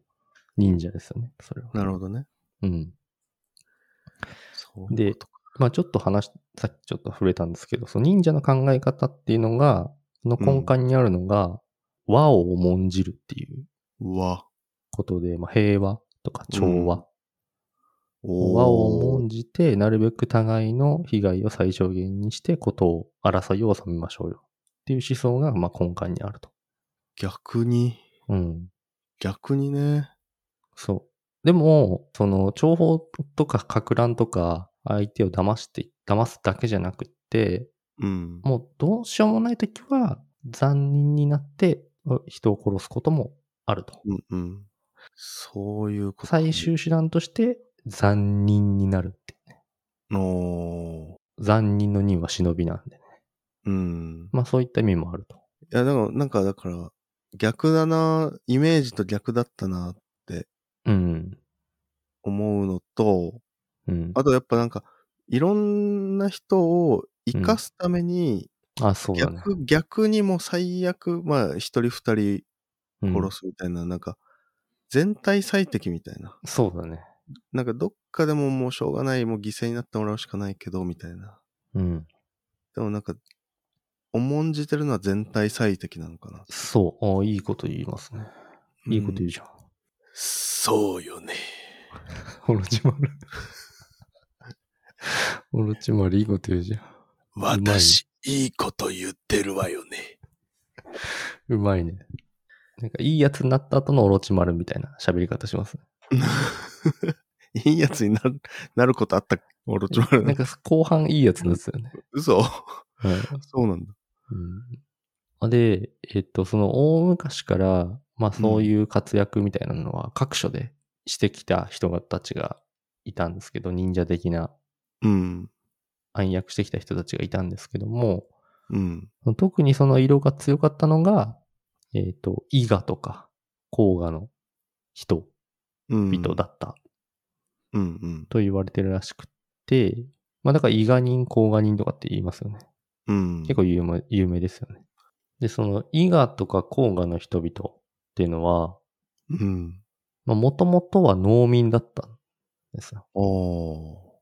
[SPEAKER 2] 忍者ですよね。それは。
[SPEAKER 1] なるほどね。
[SPEAKER 2] うん。
[SPEAKER 1] そういう
[SPEAKER 2] で
[SPEAKER 1] ことか。
[SPEAKER 2] まあちょっと話し、さっきちょっと触れたんですけど、その忍者の考え方っていうのが、その根幹にあるのが、和を重んじるっていう
[SPEAKER 1] うわ。
[SPEAKER 2] ことで、まあ平和とか調
[SPEAKER 1] おー
[SPEAKER 2] 和。和を重んじて、なるべく互いの被害を最小限にして、ことを、争いを収めましょうよ。っていう思想が、まあ根幹にあると。
[SPEAKER 1] 逆に、
[SPEAKER 2] うん。
[SPEAKER 1] 逆にね。
[SPEAKER 2] そう。でも、その、情報とか格乱とか、相手を騙して、騙すだけじゃなくって、
[SPEAKER 1] うん。
[SPEAKER 2] もうどうしようもないときは、残忍になって人を殺すこともあると。
[SPEAKER 1] うんうん。そういうこと。
[SPEAKER 2] 最終手段として残忍になるって。
[SPEAKER 1] の、
[SPEAKER 2] 残忍の忍は忍びなんでね。
[SPEAKER 1] うん。
[SPEAKER 2] まあそういった意味もあると。
[SPEAKER 1] いや、だから、なんか、だから、逆だな、イメージと逆だったな、
[SPEAKER 2] うん。
[SPEAKER 1] 思うのと、
[SPEAKER 2] うん。
[SPEAKER 1] あとやっぱなんか、いろんな人を生かすために、
[SPEAKER 2] あ、そうだね。
[SPEAKER 1] 逆、逆にも最悪、まあ、一人二人
[SPEAKER 2] うん
[SPEAKER 1] 殺すみたいな、なんか、全体最適みたいな。
[SPEAKER 2] そうだね。
[SPEAKER 1] なんか、どっかでももうしょうがない、もう犠牲になってもらうしかないけど、みたいな。
[SPEAKER 2] うん。
[SPEAKER 1] でもなんか、重んじてるのは全体最適なのかな。
[SPEAKER 2] そう。あいいこと言いますね。いいこと言うじゃん。
[SPEAKER 1] そうよね。
[SPEAKER 2] オロチマル。 オロチマルいいこと言うじゃん。私、
[SPEAKER 1] いいこと言ってるわよね。
[SPEAKER 2] うまいね。なんかいいやつになった後のオロチマルみたいな喋り方しますね。
[SPEAKER 1] いいやつになる、なることあったオロチマル
[SPEAKER 2] なんか後半いいやつなんですよね。
[SPEAKER 1] 嘘
[SPEAKER 2] はい
[SPEAKER 1] そうなんだ。
[SPEAKER 2] うん、で、えっと、その大昔から、まあそういう活躍みたいなのは各所でしてきた人たちがいたんですけど、忍者的な
[SPEAKER 1] うん。
[SPEAKER 2] 暗躍してきた人たちがいたんですけども、
[SPEAKER 1] うん。
[SPEAKER 2] 特にその色が強かったのが、えっと、伊賀とか、甲賀の人
[SPEAKER 1] うん。
[SPEAKER 2] 々だ。った
[SPEAKER 1] うんうん。
[SPEAKER 2] と言われてるらしくって、まあだから伊賀人、甲賀人とかって言いますよね。
[SPEAKER 1] うん。
[SPEAKER 2] 結構有名有名ですよね。で、その、伊賀とか甲賀の人々っていうのは、
[SPEAKER 1] うん。
[SPEAKER 2] まあ、もともとは農民だったんですよ。
[SPEAKER 1] おー。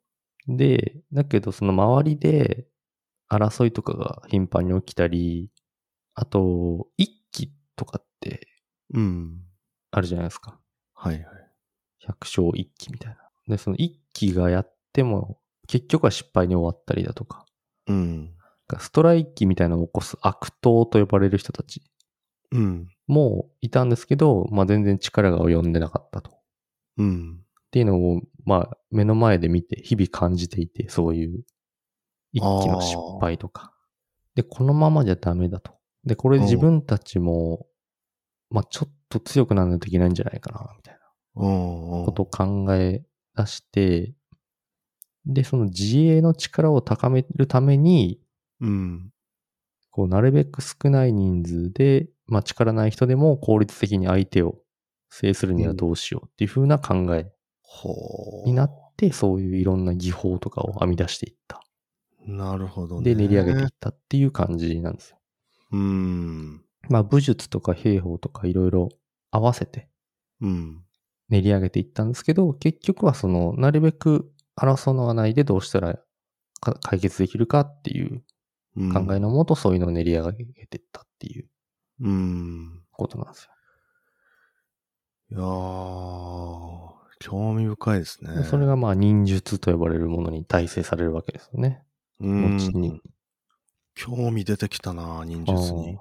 [SPEAKER 2] で、だけどその周りで争いとかが頻繁に起きたり、あと、一揆とかって
[SPEAKER 1] うん。
[SPEAKER 2] あるじゃないですか。
[SPEAKER 1] はいはい。
[SPEAKER 2] 百姓一揆みたいな。で、その一揆がやっても、結局は失敗に終わったりだとか、
[SPEAKER 1] うん。
[SPEAKER 2] ストライキみたいなのを起こす悪党と呼ばれる人たち
[SPEAKER 1] うん。
[SPEAKER 2] もういたんですけど、まあ、全然力が及んでなかったと。っ
[SPEAKER 1] うん。
[SPEAKER 2] ていうのを、まあ、目の前で見て、日々感じていて、そういう一気の失敗とか。で、このままじゃダメだと。で、これ
[SPEAKER 1] うん
[SPEAKER 2] 自分たちも、まあ、ちょっと強くならないといけないんじゃないかな、みたい
[SPEAKER 1] お
[SPEAKER 2] な
[SPEAKER 1] ー。
[SPEAKER 2] ことを考え出して、で、その自衛の力を高めるために、
[SPEAKER 1] うん。
[SPEAKER 2] こう、なるべく少ない人数で、まあ、力ない人でも効率的に相手を制するにはどうしようっていう風な考え
[SPEAKER 1] ほー。
[SPEAKER 2] になって、そういういろんな技法とかを編み出していった。
[SPEAKER 1] なるほどね。
[SPEAKER 2] で、練り上げていったっていう感じなんですよ。
[SPEAKER 1] うん。
[SPEAKER 2] まあ武術とか兵法とかいろいろ合わせて
[SPEAKER 1] うん。
[SPEAKER 2] 練り上げていったんですけど、結局はその、なるべく争わないでどうしたらか解決できるかっていう
[SPEAKER 1] うん
[SPEAKER 2] 考えのもと、そういうのを練り上げていったっていう
[SPEAKER 1] うん。
[SPEAKER 2] ことなんですよ。
[SPEAKER 1] いやー、興味深いですね。
[SPEAKER 2] でそれがまあ忍術と呼ばれるものに代制されるわけですよね。
[SPEAKER 1] うん
[SPEAKER 2] 後に。
[SPEAKER 1] 興味出てきたな、忍術に。
[SPEAKER 2] あー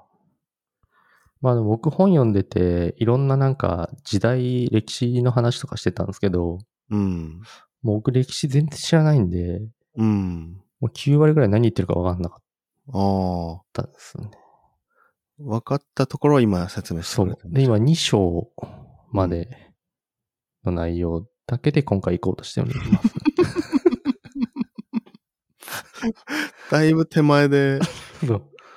[SPEAKER 2] まあでも僕本読んでて、いろんななんか時代、歴史の話とかしてたんですけど、
[SPEAKER 1] うん。
[SPEAKER 2] もう僕歴史全然知らないんで、
[SPEAKER 1] うん。
[SPEAKER 2] もう9割ぐらい何言ってるか分かんなかっ
[SPEAKER 1] ああ。
[SPEAKER 2] たんですよね。
[SPEAKER 1] 分かったところを今説明して
[SPEAKER 2] そ
[SPEAKER 1] くれ
[SPEAKER 2] う
[SPEAKER 1] た。。
[SPEAKER 2] で、今2章までの内容だけで今回行こうとしております。
[SPEAKER 1] だいぶ手前 で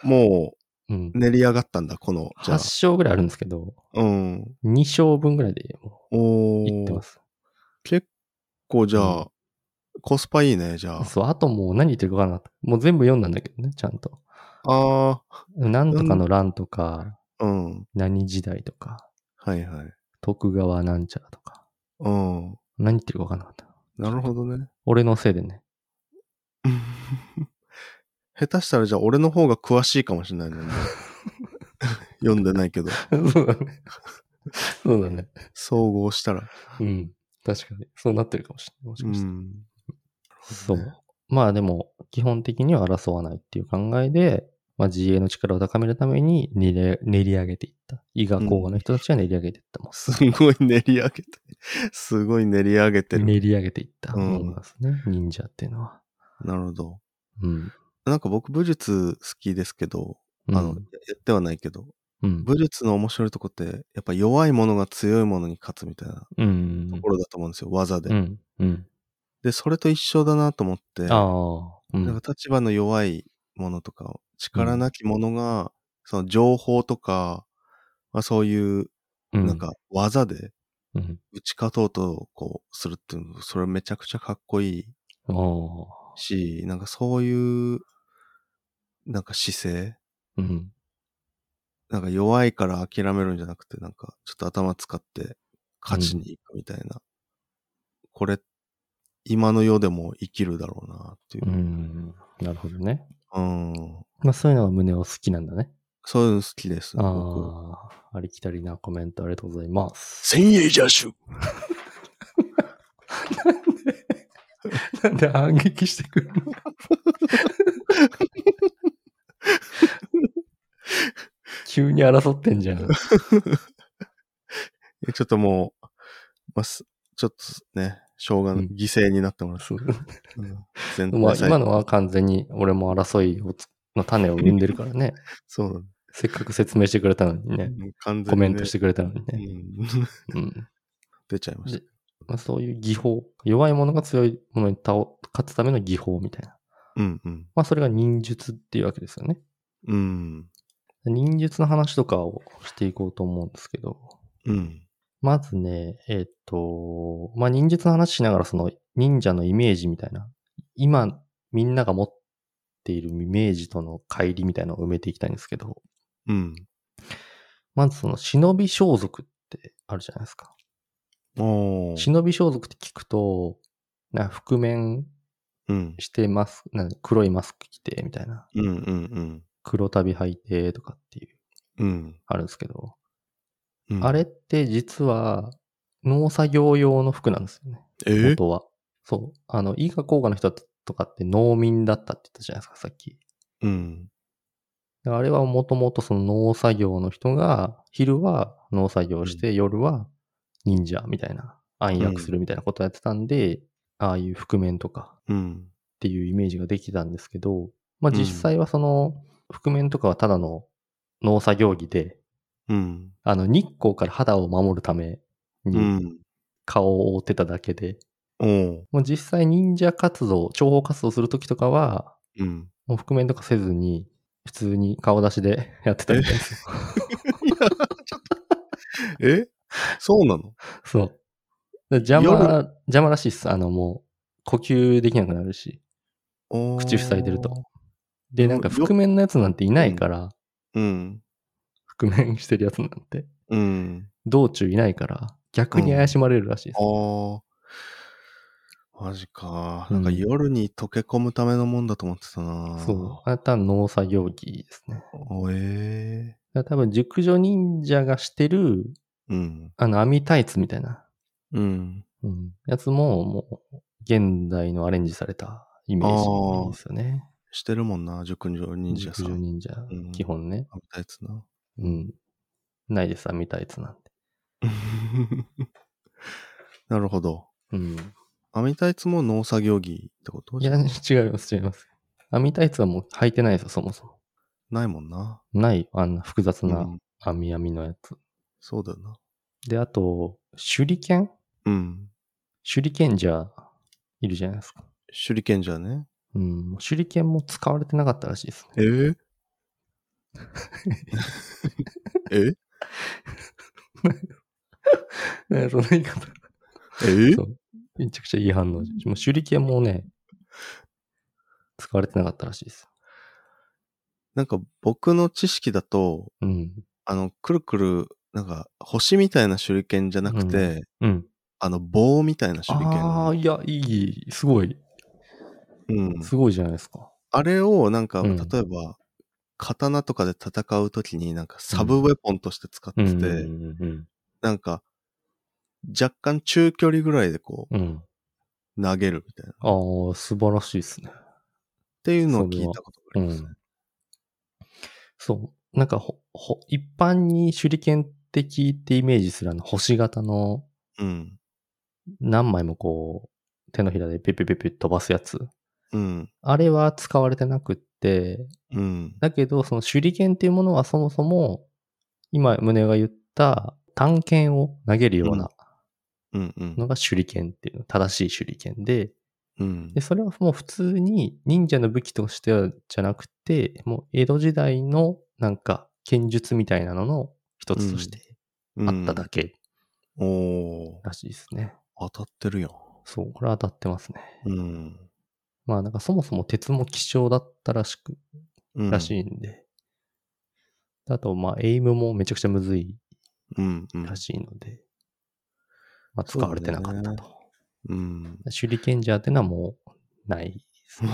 [SPEAKER 1] も
[SPEAKER 2] うん
[SPEAKER 1] う。練り上がったんだ、この。じゃ
[SPEAKER 2] 8章ぐらいあるんですけど、
[SPEAKER 1] あ。うん。
[SPEAKER 2] 2章分ぐらいでも
[SPEAKER 1] お
[SPEAKER 2] う行ってま
[SPEAKER 1] ー。
[SPEAKER 2] す。
[SPEAKER 1] 結構じゃあ、
[SPEAKER 2] う
[SPEAKER 1] コスパいいね、じゃあ。
[SPEAKER 2] そう、あともう何言ってるか分かんなかった。もう全部読んだんだけどね、ちゃんと。
[SPEAKER 1] あ
[SPEAKER 2] なんとかの乱とか、
[SPEAKER 1] あ。うん。
[SPEAKER 2] 何時代とか、
[SPEAKER 1] はいはい。
[SPEAKER 2] 徳川なんちゃらとか、
[SPEAKER 1] うん。
[SPEAKER 2] 何言ってるか分かんなかった。
[SPEAKER 1] なるほどね。
[SPEAKER 2] 俺のせいでね。
[SPEAKER 1] 下手したらじゃあ俺の方が詳しいかもしれないね。もう 読んでないけど、
[SPEAKER 2] そうだね。そうだね。
[SPEAKER 1] 総合したら。
[SPEAKER 2] うん。確かに。そうなってるかもしれない。もし
[SPEAKER 1] う
[SPEAKER 2] かしたら
[SPEAKER 1] ん。
[SPEAKER 2] そ
[SPEAKER 1] なる
[SPEAKER 2] う。まあでも、基本的には争わないっていう考えで、まあ自衛の力を高めるために練り練り上げていった。伊賀甲賀の人たちは練り上げていったもん。
[SPEAKER 1] すごい練り上げて、すごい練り上げてる。
[SPEAKER 2] 練り上げていったものなんですね。忍者っていうのは。
[SPEAKER 1] なるほど。
[SPEAKER 2] うん。
[SPEAKER 1] なんか僕武術好きですけど、
[SPEAKER 2] うん
[SPEAKER 1] あの、やってはないけど、
[SPEAKER 2] うん。
[SPEAKER 1] 武術の面白いとこって、やっぱ弱いものが強いものに勝つみたいな
[SPEAKER 2] うん。
[SPEAKER 1] ところだと思うんですよ、技で。
[SPEAKER 2] うん。うん。
[SPEAKER 1] で、それと一緒だなと思って、
[SPEAKER 2] あ
[SPEAKER 1] な
[SPEAKER 2] あ。うんん。
[SPEAKER 1] か立場の弱いものとか、力なきものが、その情報とか、まあ、そういう、
[SPEAKER 2] うん
[SPEAKER 1] なん、か技で
[SPEAKER 2] うん。
[SPEAKER 1] 打ち勝とうとこうするっていうの、それめちゃくちゃかっこいい
[SPEAKER 2] ああ。
[SPEAKER 1] し、なんかそういう、なんか姿勢
[SPEAKER 2] うん。
[SPEAKER 1] なんか弱いから諦めるんじゃなくて、なんかちょっと頭使って勝ちに行くみたいな。これ、今の世でも生きるだろうなっていうう。
[SPEAKER 2] ん。なるほどね。
[SPEAKER 1] うん。
[SPEAKER 2] まあそういうのが胸を好きなんだね。
[SPEAKER 1] そういうの好きです。
[SPEAKER 2] あ
[SPEAKER 1] 僕。
[SPEAKER 2] あ。ありきたりなコメントありがとうございます。
[SPEAKER 1] 千鋭者種
[SPEAKER 2] なんで反撃してくるの 急に争ってんじゃん。
[SPEAKER 1] えちょっともう、まあ、すちょっとね、しょうがない、
[SPEAKER 2] うん
[SPEAKER 1] 犠牲になってもら
[SPEAKER 2] そう
[SPEAKER 1] う。うん、全
[SPEAKER 2] まあ
[SPEAKER 1] 体
[SPEAKER 2] 今のは完全に俺も争いをつの種を生んでるからね。
[SPEAKER 1] そうだね
[SPEAKER 2] せっかく説明してくれたのにね。
[SPEAKER 1] もう完全にね、
[SPEAKER 2] コメントしてくれたのに
[SPEAKER 1] う
[SPEAKER 2] ね。
[SPEAKER 1] ん
[SPEAKER 2] うん
[SPEAKER 1] 出ちゃいまし
[SPEAKER 2] でまあ、そういう技法。弱い者が強い者に倒勝つための技法みたいな。
[SPEAKER 1] た。うんうん。
[SPEAKER 2] まあそれが忍術っていうわけですよね。
[SPEAKER 1] うん。
[SPEAKER 2] 忍術の話とかをしていこうと思うんですけど。
[SPEAKER 1] うん。
[SPEAKER 2] まずね、えっ、と、まあ、忍術の話しながら、その、忍者のイメージみたいな、今、みんなが持っているイメージとの乖離みたいなのを埋めていきたいんですけど、
[SPEAKER 1] うん。
[SPEAKER 2] まずその、忍び装束ってあるじゃないですか。
[SPEAKER 1] おー。
[SPEAKER 2] 忍び装束って聞くと、な覆面
[SPEAKER 1] うん。
[SPEAKER 2] してます、なんか黒いマスク着て、みたいな、
[SPEAKER 1] うんうん
[SPEAKER 2] 黒旅履いて、とかっていう、
[SPEAKER 1] うん。うん。
[SPEAKER 2] あるんですけど、
[SPEAKER 1] うん
[SPEAKER 2] あれって実は、農作業用の服なんですよね。
[SPEAKER 1] えー
[SPEAKER 2] 元は。そう。あの、伊賀甲賀の人とかって農民だったって言ったじゃないですか、さっき。
[SPEAKER 1] うん。
[SPEAKER 2] だからあれはもともとその農作業の人が、昼は農作業して、夜は忍者みたいな、暗躍するみたいなことをやってたんで、ああいう覆面とか
[SPEAKER 1] うん。
[SPEAKER 2] っていうイメージができたんですけど、まあ
[SPEAKER 1] うん
[SPEAKER 2] 実際はその、覆面とかはただの農作業着で、
[SPEAKER 1] うん。
[SPEAKER 2] あの日光から肌を守るため
[SPEAKER 1] う
[SPEAKER 2] に
[SPEAKER 1] ん。
[SPEAKER 2] 顔を覆ってただけで、
[SPEAKER 1] おう。
[SPEAKER 2] もう実際忍者活動、諜報活動するときとかは、
[SPEAKER 1] うん。
[SPEAKER 2] もう覆面とかせずに、普通に顔出しで やってたみたいです よ。
[SPEAKER 1] えそうなの
[SPEAKER 2] そう。で邪魔、
[SPEAKER 1] 夜
[SPEAKER 2] 邪魔らしいっす。あのもう、呼吸できなくなるし、
[SPEAKER 1] おー
[SPEAKER 2] 口塞いでると。で、なんか
[SPEAKER 1] よ
[SPEAKER 2] 覆面のやつなんていないから、
[SPEAKER 1] うん。
[SPEAKER 2] 覆面してるやつなんて、
[SPEAKER 1] うん。
[SPEAKER 2] 道中いないから、逆に怪しまれるらしいです。
[SPEAKER 1] ああ。マジか。
[SPEAKER 2] うん
[SPEAKER 1] なんか夜に溶け込むためのもんだと思ってたな。
[SPEAKER 2] そう。あとは農作業着ですね。
[SPEAKER 1] おえ
[SPEAKER 2] だから多分、熟女忍者がしてる、
[SPEAKER 1] えうん。
[SPEAKER 2] あの、網タイツみたいな、
[SPEAKER 1] うん。
[SPEAKER 2] うん、やつも、もう、現代のアレンジされたイメージですよね。
[SPEAKER 1] してるもんな、熟女忍者さ
[SPEAKER 2] 熟
[SPEAKER 1] ん。
[SPEAKER 2] 女忍者、
[SPEAKER 1] うん
[SPEAKER 2] 基本ね。
[SPEAKER 1] あったやつな。
[SPEAKER 2] うん。ないです、網タイツなんて。
[SPEAKER 1] なるほど。
[SPEAKER 2] うん。
[SPEAKER 1] 網タイツも農作業着ってこと
[SPEAKER 2] いや、違います、違います。網タイツはもう履いてないですよ、そもそも。
[SPEAKER 1] ないもんな。
[SPEAKER 2] ない、あんな複雑
[SPEAKER 1] う
[SPEAKER 2] なん網網のやつ。
[SPEAKER 1] そうだよな。
[SPEAKER 2] で、あと、手裏剣
[SPEAKER 1] うん。
[SPEAKER 2] 手裏剣じゃ、いるじゃないですか。
[SPEAKER 1] 手裏剣じゃね。
[SPEAKER 2] うん。手裏剣も使われてなかったらしいですね。
[SPEAKER 1] ええ
[SPEAKER 2] ねその言い方。
[SPEAKER 1] え
[SPEAKER 2] そうめちゃくちゃいい反応。もう手裏剣もね、使われてなかったらしいです。
[SPEAKER 1] なんか僕の知識だと、
[SPEAKER 2] うん。
[SPEAKER 1] あの、くるくる、なんか、星みたいな手裏剣じゃなくて、
[SPEAKER 2] うん。
[SPEAKER 1] あの、棒みたいな手裏剣。
[SPEAKER 2] ああ、いや、いい、すごい、
[SPEAKER 1] うん。
[SPEAKER 2] すごいじゃないですか。
[SPEAKER 1] あれを、なんか、
[SPEAKER 2] うん
[SPEAKER 1] 例えば、刀とかで戦うときに、なんか、サブウェポンとして使ってて、
[SPEAKER 2] うんうんうん
[SPEAKER 1] なんか、若干中距離ぐらいでこ
[SPEAKER 2] うん。うん。
[SPEAKER 1] う、投げるみたいな。っ
[SPEAKER 2] ああ、素晴らしいですね。
[SPEAKER 1] ていうのを聞いたことがありますね。
[SPEAKER 2] そう。なんかほ、ほ、一般に手裏剣って聞いてイメージするあの星型の
[SPEAKER 1] うん。
[SPEAKER 2] 何枚もこう、手のひらでピュピュピュピュ飛ばすやつ。
[SPEAKER 1] うん。
[SPEAKER 2] あれは使われてなくって、
[SPEAKER 1] うん。
[SPEAKER 2] だけどその手裏剣っていうものはそもそも、今胸が言った単剣を投げるような
[SPEAKER 1] うん。うん。
[SPEAKER 2] のが手裏剣っていうの、正しい手裏剣で、
[SPEAKER 1] うん
[SPEAKER 2] で、。それはもう普通に忍者の武器としてはじゃなくて、もう江戸時代のなんか剣術みたいなのの一つとして
[SPEAKER 1] うん
[SPEAKER 2] あっただけ
[SPEAKER 1] おおー
[SPEAKER 2] らしいですね。
[SPEAKER 1] 当たってるやん。
[SPEAKER 2] そう、これは当たってますね。
[SPEAKER 1] うん。
[SPEAKER 2] まあなんかそもそも鉄も希少だったらしく、
[SPEAKER 1] うん、
[SPEAKER 2] らしいんで。あと、まあ、エイムもめちゃくちゃむずい
[SPEAKER 1] うん。うん。
[SPEAKER 2] らしいので、まあ、使われてなかった
[SPEAKER 1] そう
[SPEAKER 2] と。
[SPEAKER 1] うん。
[SPEAKER 2] 手裏剣じゃってのはもうない ですね。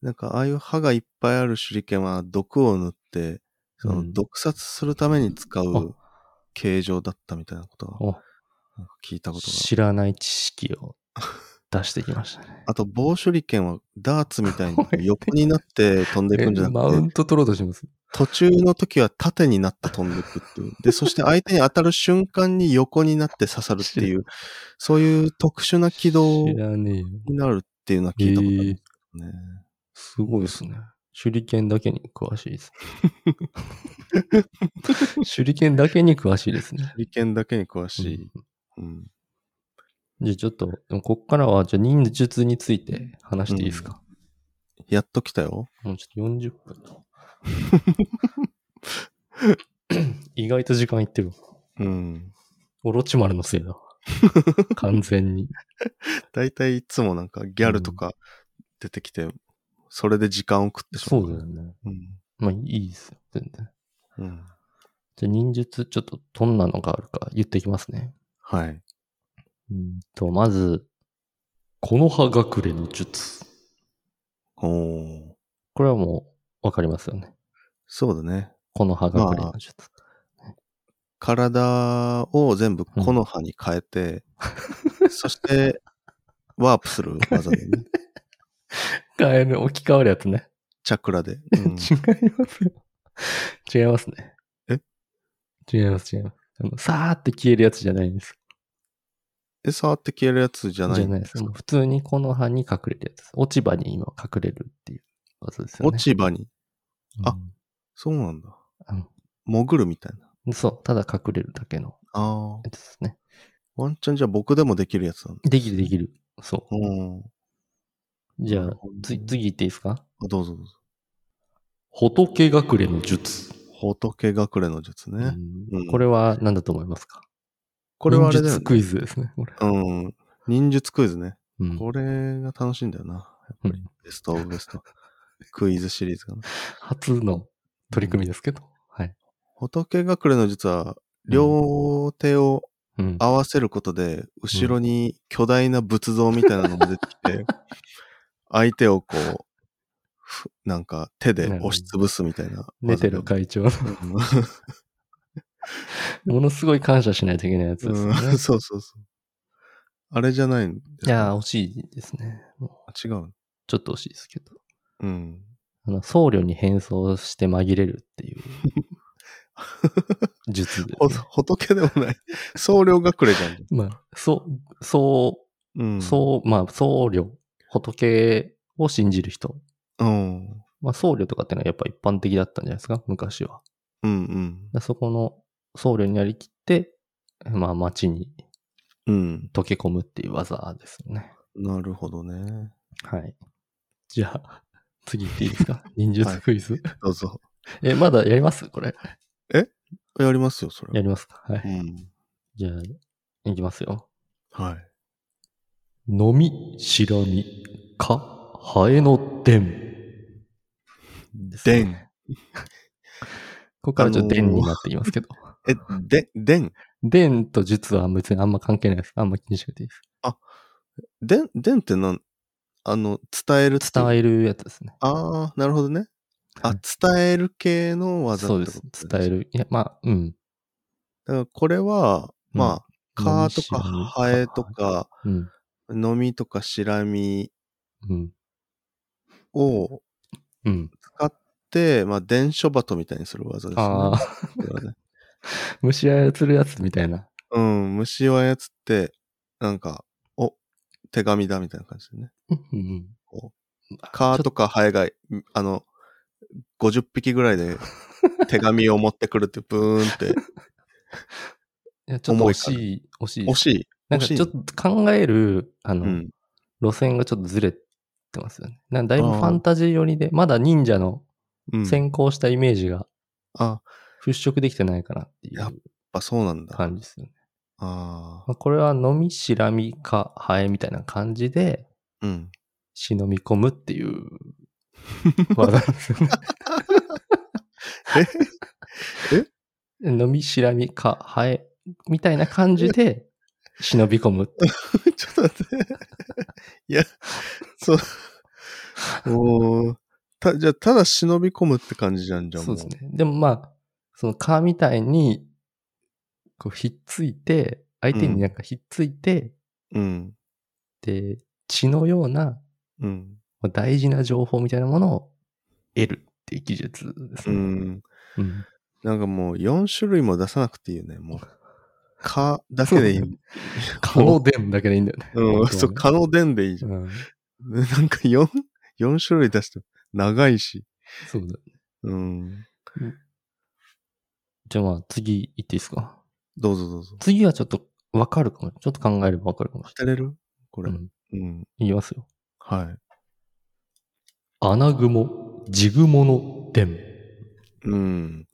[SPEAKER 1] なんか、ああいう歯がいっぱいある手裏剣は毒を塗って、そ
[SPEAKER 2] うん
[SPEAKER 1] の毒殺するために使う
[SPEAKER 2] あ
[SPEAKER 1] 形状だったみたいなことは
[SPEAKER 2] お
[SPEAKER 1] なんか聞いたことが
[SPEAKER 2] 知らない知識を出してきましたね。
[SPEAKER 1] あと、棒手裏剣はダーツみ たいに横になって飛んでいくんじゃ
[SPEAKER 2] えマ
[SPEAKER 1] な
[SPEAKER 2] ウ
[SPEAKER 1] く
[SPEAKER 2] ン
[SPEAKER 1] て、
[SPEAKER 2] ト取ろうとします。
[SPEAKER 1] 途中の時は縦になって飛んでいくっていう。で、そして相手に当たる瞬間に横になって刺さるっていう、そういう特殊な軌道に
[SPEAKER 2] 知らねえよ。
[SPEAKER 1] なるっていうのは
[SPEAKER 2] え
[SPEAKER 1] 聞いたことあるん
[SPEAKER 2] ー
[SPEAKER 1] ですけどね。
[SPEAKER 2] すごいですね。手裏剣だけに詳しいです。 手裏剣だけに詳しいですね。
[SPEAKER 1] 手裏剣だけに詳し
[SPEAKER 2] う
[SPEAKER 1] い
[SPEAKER 2] ん。
[SPEAKER 1] うん。
[SPEAKER 2] じゃあちょっと、でもこっからは、じゃあ忍術について話していいですか、
[SPEAKER 1] やっと来たよ。
[SPEAKER 2] もうちょっと40分だ。 意外と時間いってるわ。
[SPEAKER 1] うん。
[SPEAKER 2] オロチマルのせいだわ。完 全に。
[SPEAKER 1] だいたいいつもなんかギャルとか出てきて、それで時間を食ってしま。
[SPEAKER 2] そううだよね。
[SPEAKER 1] うん。
[SPEAKER 2] まあいいですよ、全然。
[SPEAKER 1] うん。
[SPEAKER 2] じゃあ忍術、ちょっとどんなのがあるか言ってきますね。
[SPEAKER 1] はい。
[SPEAKER 2] うんと、まず、この葉隠れの術。
[SPEAKER 1] おー。
[SPEAKER 2] これはもう、わかりますよね。
[SPEAKER 1] そうだね。
[SPEAKER 2] この葉隠れの術。
[SPEAKER 1] 体を全部木の葉に変えて、そして、ワープす る技でね。
[SPEAKER 2] カエル置き換わるやつね。
[SPEAKER 1] チャクラで。
[SPEAKER 2] 違い ますよ。違いますね。
[SPEAKER 1] え
[SPEAKER 2] 違います、違います。あの、さーって消えるやつじゃないんです。
[SPEAKER 1] え、触って消えるやつじゃない
[SPEAKER 2] じゃないです。もう普通にこの葉に隠れるやつです。落ち葉に今隠れるっていう技ですよね。
[SPEAKER 1] 落ち葉に。
[SPEAKER 2] うん
[SPEAKER 1] あそうなんだ。
[SPEAKER 2] うん
[SPEAKER 1] 潜るみたいな。
[SPEAKER 2] そう、ただ隠れるだけの
[SPEAKER 1] ああ。
[SPEAKER 2] やつですね。
[SPEAKER 1] ワンチャンじゃあ僕でもできるやつなんだ。
[SPEAKER 2] できる、できる。そう。
[SPEAKER 1] うん。
[SPEAKER 2] じゃあ
[SPEAKER 1] なるほど、ね
[SPEAKER 2] つ次行っていいですか
[SPEAKER 1] あどうぞどうぞ。
[SPEAKER 2] 仏隠れの術。
[SPEAKER 1] 仏隠れの術ね。
[SPEAKER 2] うん
[SPEAKER 1] うん
[SPEAKER 2] これは何だと思いますか
[SPEAKER 1] これはあれだよ
[SPEAKER 2] 忍術
[SPEAKER 1] ね。
[SPEAKER 2] クイズですね、これ。
[SPEAKER 1] うん。忍術クイズね。
[SPEAKER 2] うん
[SPEAKER 1] これが楽しいんだよな。やっぱり
[SPEAKER 2] うん。
[SPEAKER 1] ベストオブベスト。クイズシリーズかな。
[SPEAKER 2] 初の取り組みですけど。はい。
[SPEAKER 1] 仏隠れの実は、両手を
[SPEAKER 2] うん。
[SPEAKER 1] 合わせることで、後ろに巨大な仏像みたいなのも出てきて、相手をこう、ふなんか手で押しつぶすみたいな。
[SPEAKER 2] 寝てる会長。
[SPEAKER 1] うん
[SPEAKER 2] ものすごい感謝しないといけないやつですよね。
[SPEAKER 1] うん そうそうそう。あれじゃないんです
[SPEAKER 2] いや
[SPEAKER 1] ね
[SPEAKER 2] ー、惜しいですね。もう
[SPEAKER 1] あ違う。
[SPEAKER 2] ちょっと惜しいですけど。
[SPEAKER 1] うん。
[SPEAKER 2] あの、僧侶に変装して紛れるって いう術で、
[SPEAKER 1] ほ仏でも ない。僧侶隠れじゃん。
[SPEAKER 2] まあ、そう、そうう、
[SPEAKER 1] ん。
[SPEAKER 2] そう、まあ、僧侶、仏を信じる人。
[SPEAKER 1] うん。
[SPEAKER 2] まあ、僧侶とかってのはやっぱ一般的だったんじゃないですか、昔は。
[SPEAKER 1] うん
[SPEAKER 2] でそこの僧侶になりきって、まあ、街に
[SPEAKER 1] うん。うん。
[SPEAKER 2] 溶け込むっていう技ですよね。
[SPEAKER 1] なるほどね。
[SPEAKER 2] はい。じゃあ、 次行っていいです か忍術クイズ。
[SPEAKER 1] どうぞ。
[SPEAKER 2] え、まだやりますこれ。
[SPEAKER 1] やりますよ、それ
[SPEAKER 2] や
[SPEAKER 1] は。
[SPEAKER 2] りますかは
[SPEAKER 1] う
[SPEAKER 2] い。
[SPEAKER 1] ん。
[SPEAKER 2] じゃあ、行きますよ。
[SPEAKER 1] はい。
[SPEAKER 2] 飲み、白身、か、ハエの伝。ですね
[SPEAKER 1] 伝。
[SPEAKER 2] ここからちょっと
[SPEAKER 1] あの
[SPEAKER 2] 伝
[SPEAKER 1] ー
[SPEAKER 2] になってきますけど。
[SPEAKER 1] え、で、でん、
[SPEAKER 2] 伝と術は別にあんま関係ないです。あんま気にしなくていいです。
[SPEAKER 1] でん、でんってなん、あの、伝えるっていう
[SPEAKER 2] 伝えるやつですね。
[SPEAKER 1] ああ、なるほどね。
[SPEAKER 2] は
[SPEAKER 1] あ、
[SPEAKER 2] い
[SPEAKER 1] 伝える系の技
[SPEAKER 2] そう
[SPEAKER 1] っ
[SPEAKER 2] で
[SPEAKER 1] てこ
[SPEAKER 2] す
[SPEAKER 1] と。
[SPEAKER 2] 伝え
[SPEAKER 1] る。
[SPEAKER 2] る。いや、まあ、うん。
[SPEAKER 1] だからこれは、
[SPEAKER 2] うん
[SPEAKER 1] まあ、
[SPEAKER 2] 飲
[SPEAKER 1] カ
[SPEAKER 2] み
[SPEAKER 1] ーとか
[SPEAKER 2] 白身
[SPEAKER 1] ハエとか、
[SPEAKER 2] うん。
[SPEAKER 1] 飲みとかシラミ
[SPEAKER 2] うん。
[SPEAKER 1] を
[SPEAKER 2] うん。
[SPEAKER 1] 使って、まあ、伝書バトみたいにする技ですね。
[SPEAKER 2] あ あ、
[SPEAKER 1] これはね
[SPEAKER 2] 虫操るやつみたいな。
[SPEAKER 1] うん、虫を操って、なんか、お、手紙だみたいな感じでね。
[SPEAKER 2] うん。
[SPEAKER 1] こカーとかハエが、あの、50匹ぐらいで手紙を持ってくるって、ブー ンって。
[SPEAKER 2] いや、ちょっと惜しい、惜しいで
[SPEAKER 1] 惜
[SPEAKER 2] す。
[SPEAKER 1] しい。
[SPEAKER 2] なん
[SPEAKER 1] 惜
[SPEAKER 2] か
[SPEAKER 1] しい。
[SPEAKER 2] ちょっと考える、あの、
[SPEAKER 1] うん。
[SPEAKER 2] 路線がちょっとずれてますよね。なんかだいぶ
[SPEAKER 1] あ
[SPEAKER 2] フ
[SPEAKER 1] ー
[SPEAKER 2] ァンタジー寄りで、まだ忍者の
[SPEAKER 1] うん。
[SPEAKER 2] 先行したイメージが
[SPEAKER 1] あ、
[SPEAKER 2] 払拭できてないかなってい
[SPEAKER 1] やっ
[SPEAKER 2] う
[SPEAKER 1] やっぱそうなんだ。
[SPEAKER 2] 感じですよね。
[SPEAKER 1] ああ。
[SPEAKER 2] まあ、これは飲みしらみかハエみたいな感じで
[SPEAKER 1] うん。
[SPEAKER 2] 忍み込むって いう技ですよね。飲みしらみかハエみたいな感じで忍び込むっていう。
[SPEAKER 1] ちょっと待って。 いや、 そう。おーた、じゃあ、ただ忍び込むって感じじゃん、じゃあ
[SPEAKER 2] そ
[SPEAKER 1] も
[SPEAKER 2] う
[SPEAKER 1] う。
[SPEAKER 2] ですね。でもまあ、その蚊みたいにこうひっついて、相手になんかひっついて、
[SPEAKER 1] うん。
[SPEAKER 2] で、血のような
[SPEAKER 1] うん。
[SPEAKER 2] まあ大事な情報みたいなものを得るっていう技術です
[SPEAKER 1] う
[SPEAKER 2] ね。
[SPEAKER 1] ん。
[SPEAKER 2] うん
[SPEAKER 1] なんかもう、4種類も出さなくていいよね、 もう。蚊だけでいい。
[SPEAKER 2] 可能伝だけでいいんだよね。
[SPEAKER 1] うん、
[SPEAKER 2] 本当はね
[SPEAKER 1] そう、蚊の伝でいいじゃん。
[SPEAKER 2] うん
[SPEAKER 1] なんか4、4種類出して、長いし。
[SPEAKER 2] そうだ。
[SPEAKER 1] うん。
[SPEAKER 2] じゃあまあ次行っていいですか。
[SPEAKER 1] どうぞどうぞ。
[SPEAKER 2] 次はちょっとわかるかも。ちょっと考えればわかるかもし
[SPEAKER 1] 当てれるこ
[SPEAKER 2] れ
[SPEAKER 1] れ。
[SPEAKER 2] な
[SPEAKER 1] う
[SPEAKER 2] い。うん。
[SPEAKER 1] ん。
[SPEAKER 2] 言いますよ。
[SPEAKER 1] はい。
[SPEAKER 2] 穴雲、地雲の伝。
[SPEAKER 1] うん。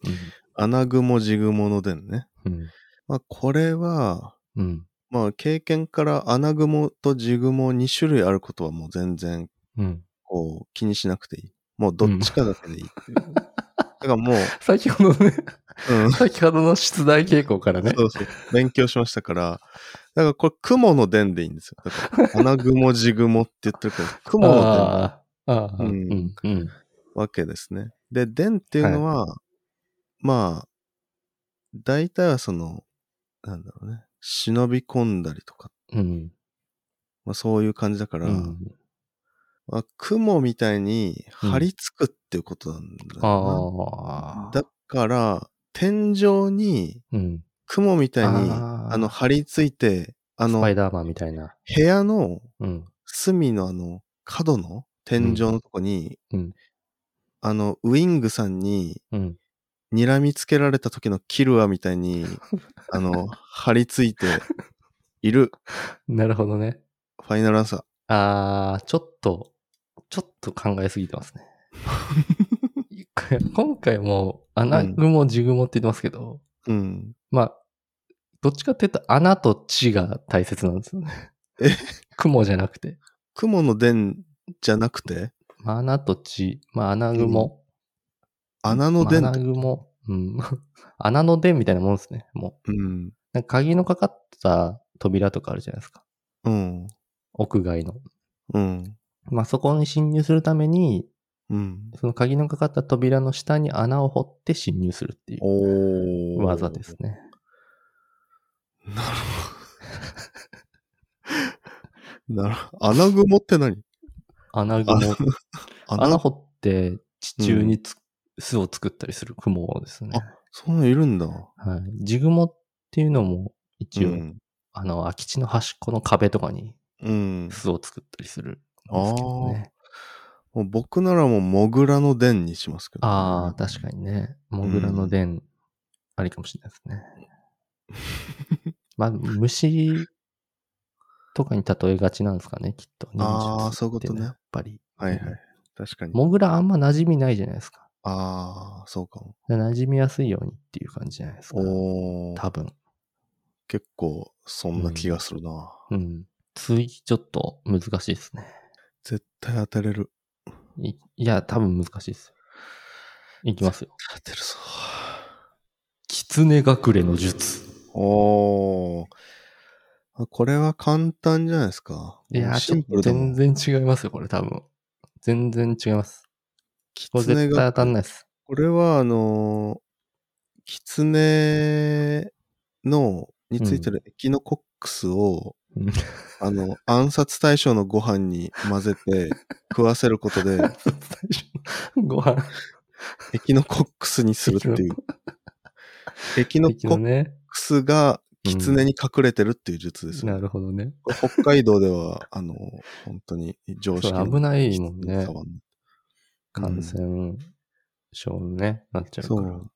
[SPEAKER 1] 穴雲地雲の伝ね。
[SPEAKER 2] うん。
[SPEAKER 1] まあ、これは、
[SPEAKER 2] うん。
[SPEAKER 1] まあ、経験から穴雲と地雲2種類あることはもう全然、
[SPEAKER 2] うん。
[SPEAKER 1] こう、気にしなくていい。もうどっちかだけでいいっていう。だからもう、
[SPEAKER 2] 先ほどのね、
[SPEAKER 1] うん。
[SPEAKER 2] 先ほどの出題傾向からね。
[SPEAKER 1] そうそう。勉強しましたから。だからこれ、雲の伝でいいんですよ。だから、穴雲、地雲って言ってるから、雲の伝な
[SPEAKER 2] ああ、ああ、う
[SPEAKER 1] うん
[SPEAKER 2] ん。うん。
[SPEAKER 1] わけですね。で、伝っていうのは、まあ、大体はその、なんだろうね、忍び込んだりとか、
[SPEAKER 2] うん。
[SPEAKER 1] まあそういう感じだから、
[SPEAKER 2] うん
[SPEAKER 1] まあ、雲みたいに張り付くっていうことなんだろうな
[SPEAKER 2] ああ。
[SPEAKER 1] だから、天井に
[SPEAKER 2] うん。
[SPEAKER 1] 雲みたいに、
[SPEAKER 2] あ
[SPEAKER 1] あ
[SPEAKER 2] ー
[SPEAKER 1] の、張り付いて、あ
[SPEAKER 2] ス
[SPEAKER 1] の、
[SPEAKER 2] パイ
[SPEAKER 1] 部
[SPEAKER 2] ダーマンみたいな。
[SPEAKER 1] 屋の
[SPEAKER 2] うん。
[SPEAKER 1] 隅のあの、角の天井のとこに、
[SPEAKER 2] うんうん
[SPEAKER 1] あの、ウィングさんに、
[SPEAKER 2] うん。
[SPEAKER 1] 睨みつけられた時のキルアみたい に、あの、張り付いている
[SPEAKER 2] なるほどね。
[SPEAKER 1] ファイナルアンサー。
[SPEAKER 2] あー、ちょっと、ちょっと考えすぎてますね。 今回も、穴雲、地雲って言ってますけど、
[SPEAKER 1] うん。
[SPEAKER 2] まあ、どっちかっていうと、穴と地が大切なんですよね。
[SPEAKER 1] え
[SPEAKER 2] 雲じゃなくて。
[SPEAKER 1] 雲の伝じゃなくて、
[SPEAKER 2] まあ、穴と地、まあ、穴雲。
[SPEAKER 1] 穴の伝
[SPEAKER 2] まあ穴雲。うん。 穴の出みたいなもんですね。もう。
[SPEAKER 1] うん。
[SPEAKER 2] なんか鍵のかかった扉とかあるじゃないですか。
[SPEAKER 1] うん。
[SPEAKER 2] 屋外の。
[SPEAKER 1] うん。
[SPEAKER 2] まあ、そこに侵入するために、
[SPEAKER 1] うん。
[SPEAKER 2] その鍵のかかった扉の下に穴を掘って侵入するっていう
[SPEAKER 1] おー
[SPEAKER 2] 技です。ね。
[SPEAKER 1] なるほど。穴雲って何
[SPEAKER 2] 穴雲。 穴
[SPEAKER 1] 雲
[SPEAKER 2] 掘って地中につ、巣を作ったりする雲ですね。
[SPEAKER 1] そんなんいるんだ。
[SPEAKER 2] はい。地雲っていうのも一応、
[SPEAKER 1] うん。
[SPEAKER 2] あの、空き地の端っこの壁とかに
[SPEAKER 1] うん。
[SPEAKER 2] 巣を作ったりするんですけどね。
[SPEAKER 1] もう僕ならもうモグラの伝にしますけど。
[SPEAKER 2] ああー、確かにね。モグラの伝、ありかもしれないですね。まあ、虫とかに例えがちなんですかね、きっと。
[SPEAKER 1] あー
[SPEAKER 2] 人参
[SPEAKER 1] そういうことね
[SPEAKER 2] ってやっぱり。
[SPEAKER 1] はいはい。確かに。
[SPEAKER 2] モグラあんま馴染みないじゃないですか。
[SPEAKER 1] ああ、そうかも。
[SPEAKER 2] 馴染みやすいようにっていう感じじゃないですか。
[SPEAKER 1] おー
[SPEAKER 2] 多分。
[SPEAKER 1] 結構そんな気がするな。
[SPEAKER 2] うん。次、ちょっと難しいですね。
[SPEAKER 1] 絶対当てれる。
[SPEAKER 2] いいや、多分難しいですよ。いきますよ。
[SPEAKER 1] 当てるぞ。
[SPEAKER 2] 狐隠れの術。
[SPEAKER 1] おー。あこれは簡単じゃないですか。
[SPEAKER 2] いや、
[SPEAKER 1] シン
[SPEAKER 2] ち
[SPEAKER 1] プ
[SPEAKER 2] ょ
[SPEAKER 1] ルだも
[SPEAKER 2] 全
[SPEAKER 1] ん。
[SPEAKER 2] 然違いますよ、これ多分。全然違います。これ
[SPEAKER 1] 狐
[SPEAKER 2] 絶対
[SPEAKER 1] が
[SPEAKER 2] 当たんないです。
[SPEAKER 1] これは、あのー、キツネの、についてるエキノコックスを、
[SPEAKER 2] うん
[SPEAKER 1] あの、暗殺対象のご飯に混ぜて食わせることで、
[SPEAKER 2] 最初の ご飯。
[SPEAKER 1] エキノコックスにするっていう。エキノコ
[SPEAKER 2] 敵の
[SPEAKER 1] ッ
[SPEAKER 2] ね。
[SPEAKER 1] クスがキツネに隠れてるっていう術ですよ、
[SPEAKER 2] なるほどね。
[SPEAKER 1] これ北海道では、あの、本当に常識
[SPEAKER 2] そう危ないもんね
[SPEAKER 1] 変わない
[SPEAKER 2] 感染症にね、なっちゃ
[SPEAKER 1] そうう
[SPEAKER 2] か。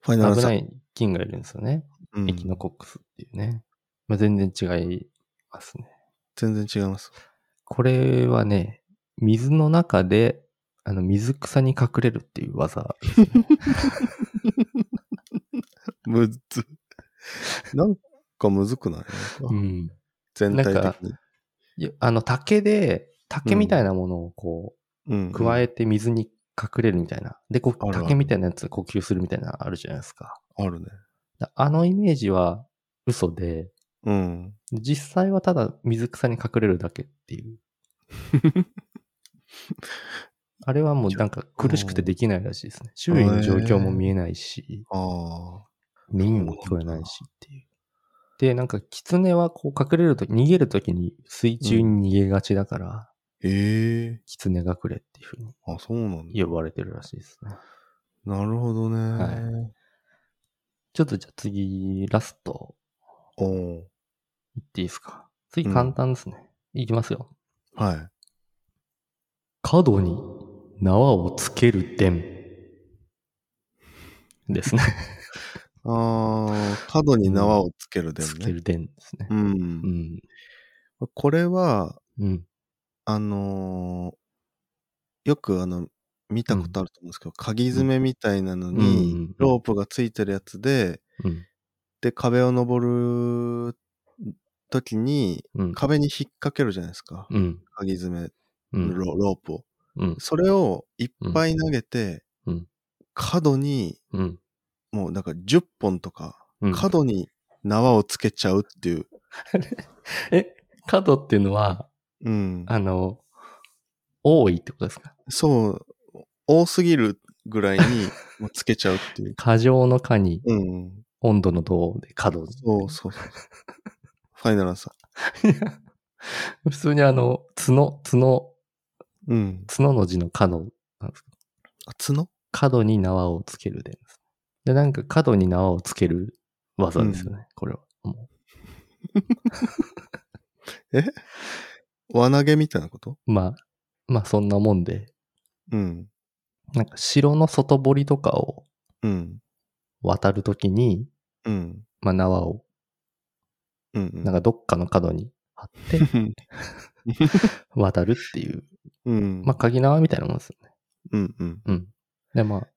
[SPEAKER 1] ファイナルア
[SPEAKER 2] ら。
[SPEAKER 1] ン
[SPEAKER 2] 危
[SPEAKER 1] サー
[SPEAKER 2] ない菌がいるんですよね。
[SPEAKER 1] うん
[SPEAKER 2] エキノコックスっていうね。まあ、全然違いますね。
[SPEAKER 1] 全然違います。
[SPEAKER 2] これはね、水の中で、あの、水草に隠れるっていう技。
[SPEAKER 1] むず。 なんかむずくないなんか
[SPEAKER 2] ん。
[SPEAKER 1] 全体
[SPEAKER 2] なんか
[SPEAKER 1] 的に。
[SPEAKER 2] いやあの、竹で、竹みたいなものをこ
[SPEAKER 1] うん
[SPEAKER 2] う、加
[SPEAKER 1] え。
[SPEAKER 2] えて水に隠れるみたいな。で、こ
[SPEAKER 1] あ
[SPEAKER 2] う、
[SPEAKER 1] るある
[SPEAKER 2] 竹みたいなやつで呼吸するみたいなのあるじゃないですか。
[SPEAKER 1] あるね。
[SPEAKER 2] だあのイメージは嘘で、
[SPEAKER 1] うん。
[SPEAKER 2] 実際はただ水草に隠れるだけっていう。あれはもうなんか苦しくてできないらしいですね。周囲の状況も見えないし、
[SPEAKER 1] ああ。
[SPEAKER 2] 耳も聞こえないしっていう。で、なんか狐はこう隠れるとき、逃げるときに水中に逃げがちだから、
[SPEAKER 1] ええ
[SPEAKER 2] 狐隠れっていうふうに
[SPEAKER 1] あ、そうなんだ。
[SPEAKER 2] 呼ばれてるらしいですね。
[SPEAKER 1] なるほどね。
[SPEAKER 2] はちょっとじゃあ次、ラスト、
[SPEAKER 1] おお
[SPEAKER 2] いっていいですか。次、簡単ですね。いきますよ。
[SPEAKER 1] ー。はい。
[SPEAKER 2] 角に縄をつける伝。ですね。
[SPEAKER 1] ああ、角に縄をつけるでも
[SPEAKER 2] つけ
[SPEAKER 1] ね。
[SPEAKER 2] る伝ですね
[SPEAKER 1] う。ん
[SPEAKER 2] う。ん。
[SPEAKER 1] これは、
[SPEAKER 2] うん。
[SPEAKER 1] あのーよくあの、見たことあると思うんですけど、鍵爪みたいなの
[SPEAKER 2] うんうん
[SPEAKER 1] に、ロープがついてるやつで、
[SPEAKER 2] うん。
[SPEAKER 1] で、壁を登るときに、
[SPEAKER 2] うん。
[SPEAKER 1] 壁に引っ掛けるじゃないですか。
[SPEAKER 2] うん。
[SPEAKER 1] 鍵爪、
[SPEAKER 2] うん。
[SPEAKER 1] ロロープを。
[SPEAKER 2] うん。
[SPEAKER 1] それをいっぱい投げて、
[SPEAKER 2] うん
[SPEAKER 1] 角に、
[SPEAKER 2] うん。
[SPEAKER 1] もうなんか10本とか、
[SPEAKER 2] うん。
[SPEAKER 1] 角に縄をつけちゃうっていう。
[SPEAKER 2] え、角っていうのは、
[SPEAKER 1] うん。
[SPEAKER 2] あの、多いってことですか
[SPEAKER 1] そう、多すぎるぐらいに もうつけちゃうっていう。
[SPEAKER 2] 過剰の過に、
[SPEAKER 1] うん。
[SPEAKER 2] 温度の銅で角。
[SPEAKER 1] そうそうそう。ファイナルアンサー。
[SPEAKER 2] 普通にあの、角、角、
[SPEAKER 1] うん。
[SPEAKER 2] 角の字の角なんですけど、
[SPEAKER 1] あ、角
[SPEAKER 2] 角に縄をつける伝です。で、なんか角に縄をつける技ですよね、これは。も
[SPEAKER 1] 輪投げみたいなこと
[SPEAKER 2] うまあ、まあそんなもんで、
[SPEAKER 1] うん。
[SPEAKER 2] なんか城の外堀とかを
[SPEAKER 1] うん。
[SPEAKER 2] 渡るときに、
[SPEAKER 1] うん。
[SPEAKER 2] まあ縄を、
[SPEAKER 1] うん、うん。
[SPEAKER 2] なんかどっかの角に貼って 渡るっていう、
[SPEAKER 1] うん。
[SPEAKER 2] まあ鍵縄みたいなもんですよね。
[SPEAKER 1] うんうん。
[SPEAKER 2] うん。で、まあ、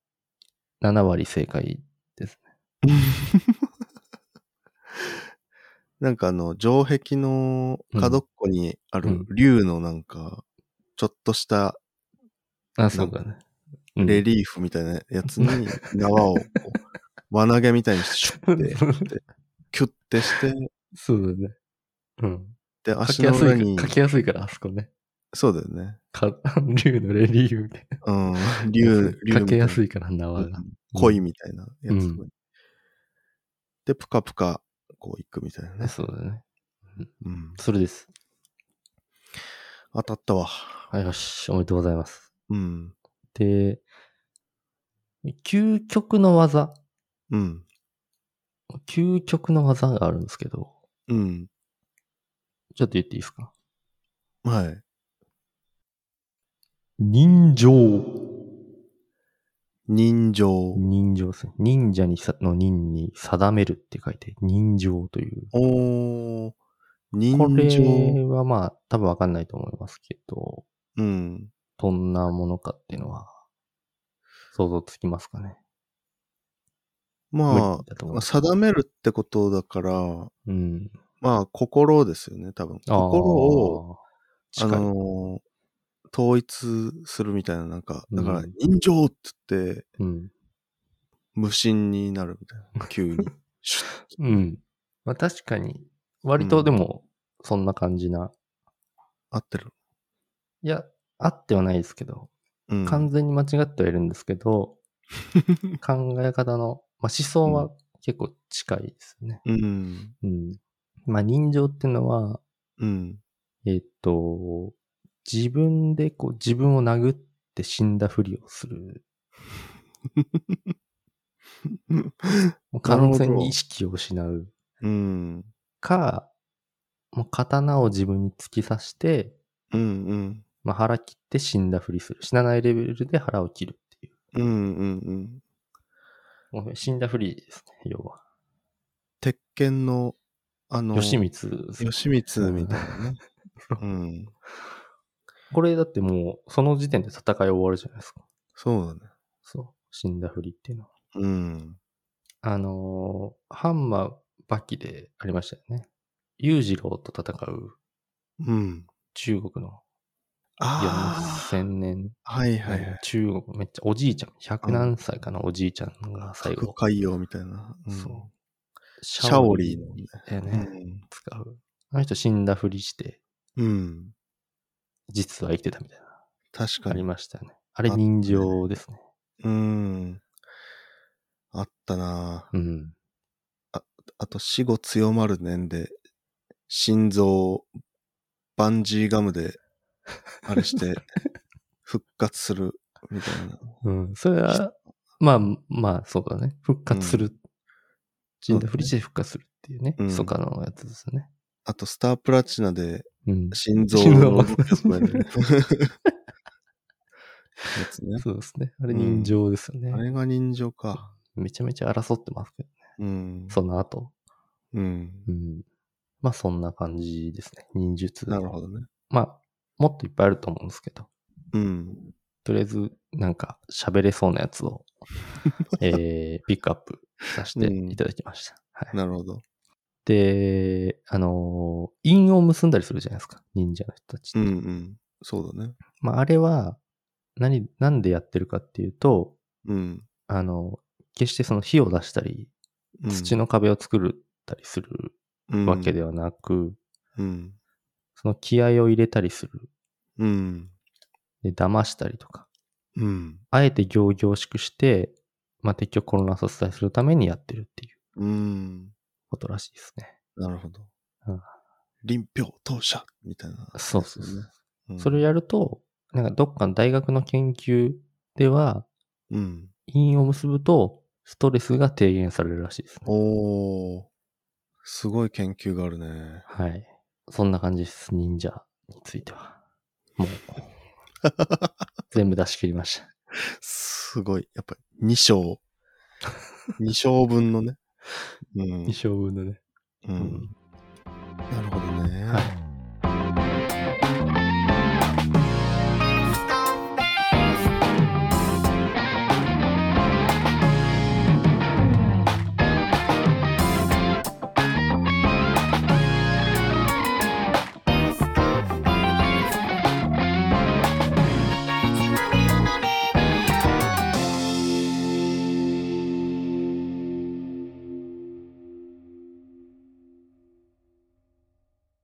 [SPEAKER 2] 7割正解ですね。
[SPEAKER 1] なんかあの、城壁の角っこにあ
[SPEAKER 2] う
[SPEAKER 1] る
[SPEAKER 2] ん
[SPEAKER 1] 竜のなんか、ちょっとした、
[SPEAKER 2] あ、そうかね。うん
[SPEAKER 1] レリーフみたいなやつに縄をこう輪投げみたいにしてシュ ッて、キュッてして、
[SPEAKER 2] そうだね。うん。
[SPEAKER 1] で、
[SPEAKER 2] か
[SPEAKER 1] 足
[SPEAKER 2] けや
[SPEAKER 1] の
[SPEAKER 2] す
[SPEAKER 1] 裏
[SPEAKER 2] い
[SPEAKER 1] に
[SPEAKER 2] か、、かけやすいから、あそこね。
[SPEAKER 1] そうだよね。
[SPEAKER 2] か、 竜のレリーフみたい
[SPEAKER 1] うん。
[SPEAKER 2] な。
[SPEAKER 1] 竜、竜
[SPEAKER 2] かけやす
[SPEAKER 1] い。
[SPEAKER 2] いから、縄が。
[SPEAKER 1] 恋みたいなやつ。
[SPEAKER 2] うん
[SPEAKER 1] で、ぷかぷか、こう行くみたいなね。
[SPEAKER 2] そうだね。
[SPEAKER 1] うん。
[SPEAKER 2] それです。
[SPEAKER 1] 当たったわ。
[SPEAKER 2] はい、よし、おめでとうございます。
[SPEAKER 1] うん。
[SPEAKER 2] で、究極の技。
[SPEAKER 1] うん。
[SPEAKER 2] 究極の技があるんですけど、
[SPEAKER 1] うん。
[SPEAKER 2] ちょっと言っていいですか
[SPEAKER 1] はい。
[SPEAKER 2] 人情。
[SPEAKER 1] 人情。
[SPEAKER 2] 人情ですね。忍者にさの忍に定めるって書いて、人情という。
[SPEAKER 1] おー。人
[SPEAKER 2] これ
[SPEAKER 1] 情。
[SPEAKER 2] はまあ、多分わかんないと思いますけど、
[SPEAKER 1] うん。
[SPEAKER 2] どんなものかっていうのは、想像つきますかね。
[SPEAKER 1] ま
[SPEAKER 2] 無理だ
[SPEAKER 1] あ、
[SPEAKER 2] と思い
[SPEAKER 1] まあ
[SPEAKER 2] ます
[SPEAKER 1] 定めるってことだから、
[SPEAKER 2] うん。
[SPEAKER 1] まあ、心ですよね、多分。
[SPEAKER 2] あー
[SPEAKER 1] 心を、、あ
[SPEAKER 2] 近い。
[SPEAKER 1] のー統一するみたいな、なんか、だから
[SPEAKER 2] うん、
[SPEAKER 1] 人情って言って、
[SPEAKER 2] うん。
[SPEAKER 1] 無心になるみたいな、急 に。シュッ
[SPEAKER 2] うん。まあ確かに、割とでも、そんな感じな。
[SPEAKER 1] 合ってる。
[SPEAKER 2] いや、あってはないですけど、
[SPEAKER 1] うん。
[SPEAKER 2] 完全に間違ってはいるんです けど、考え方の、まあ、思想は結構近いですね。
[SPEAKER 1] うん。
[SPEAKER 2] うん。まあ、人情っていうのは、
[SPEAKER 1] うん。
[SPEAKER 2] えっと、自分でこう、自分を殴って死んだふりを する。もう完全に意識を失う。
[SPEAKER 1] うん。
[SPEAKER 2] か、もう刀を自分に突き刺して、
[SPEAKER 1] うん。うん。
[SPEAKER 2] まあ、腹切って死んだふりする。死なないレベルで腹を切るってい
[SPEAKER 1] う
[SPEAKER 2] う
[SPEAKER 1] ん。うん。うん。
[SPEAKER 2] もう。死んだふりですね、要は。
[SPEAKER 1] 鉄拳の、あの、
[SPEAKER 2] 吉光ですね
[SPEAKER 1] 吉光みたいな ね。うん。
[SPEAKER 2] これだってもう、その時点で戦い終わるじゃないですか。
[SPEAKER 1] そうだね。
[SPEAKER 2] そう。死んだふりっていうのは。
[SPEAKER 1] うん。
[SPEAKER 2] あのーハンマーバキでありましたよね。裕次郎と戦う
[SPEAKER 1] うん。
[SPEAKER 2] 中国の
[SPEAKER 1] あ
[SPEAKER 2] 4000年、
[SPEAKER 1] あ。はいはいはい。
[SPEAKER 2] 中国めっちゃおじいちゃん、100何歳かな、おじいちゃんが最
[SPEAKER 1] 副
[SPEAKER 2] 後、
[SPEAKER 1] 海洋みたいな。うん
[SPEAKER 2] そう。シ
[SPEAKER 1] シャオリーの
[SPEAKER 2] だよね、
[SPEAKER 1] ね。
[SPEAKER 2] 使う。あの人死んだふりして、
[SPEAKER 1] うん。うん。
[SPEAKER 2] 実は生きてたみたいな。
[SPEAKER 1] 確
[SPEAKER 2] あ
[SPEAKER 1] か
[SPEAKER 2] り
[SPEAKER 1] に。
[SPEAKER 2] ましたよね。あれ人情ですね。
[SPEAKER 1] うん。あったなぁ
[SPEAKER 2] うん。
[SPEAKER 1] あと、死後強まる年で、心臓をバンジーガムで、あれ して、復活する、みたいな。
[SPEAKER 2] うん。それは、まあ、まあ、そうだね。復活する。死んだふりして復活するっていうね。
[SPEAKER 1] うん
[SPEAKER 2] そかのやつですね。
[SPEAKER 1] あと、スタープラチナで、
[SPEAKER 2] うん。
[SPEAKER 1] 心臓
[SPEAKER 2] 心臓
[SPEAKER 1] を動かすや るやつね。
[SPEAKER 2] そうですね。あれ人情ですよね。
[SPEAKER 1] あれが人情か。
[SPEAKER 2] めちゃめちゃ争ってますけど、
[SPEAKER 1] うん。
[SPEAKER 2] その後。
[SPEAKER 1] うん。
[SPEAKER 2] うん。まあそんな感じですね。忍術。
[SPEAKER 1] なるほどね。
[SPEAKER 2] まあ、もっといっぱいあると思うんですけど。
[SPEAKER 1] うん。
[SPEAKER 2] とりあえず、なんか、喋れそうなや つを、えー、ピックアップさせていただきました。はい。
[SPEAKER 1] なるほど。
[SPEAKER 2] で、あのー韻を結んだりするじゃないですか。忍者の人たちって。
[SPEAKER 1] うんうん。そうだね。
[SPEAKER 2] まあ、あれは、何、なんでやってるかっていうと、
[SPEAKER 1] うん。
[SPEAKER 2] あの、決してその火を出したり、
[SPEAKER 1] うん
[SPEAKER 2] 土の壁を作ったりするわけではなく、
[SPEAKER 1] うん。
[SPEAKER 2] その気合を入れたりする。
[SPEAKER 1] うん。
[SPEAKER 2] で、騙したりとか。
[SPEAKER 1] うん。
[SPEAKER 2] あえて行々しくして、まあ、敵を混乱させたりするためにやってるっていう
[SPEAKER 1] うん。
[SPEAKER 2] ことらしいですね。
[SPEAKER 1] なるほど
[SPEAKER 2] うん。
[SPEAKER 1] 臨氷当社みたいな。
[SPEAKER 2] そうそうそう。
[SPEAKER 1] うん
[SPEAKER 2] それをやると、なんかどっかの大学の研究では、
[SPEAKER 1] うん。
[SPEAKER 2] 因を結ぶと、ストレスが低減されるらしいですね。
[SPEAKER 1] おー。すごい研究があるね。
[SPEAKER 2] はい。そんな感じです。忍者については。もう。全部出し切りました。
[SPEAKER 1] すごい。やっぱ2章。2章分のね。うん。
[SPEAKER 2] 生分のね。
[SPEAKER 1] うん。なるほどね。
[SPEAKER 2] はい。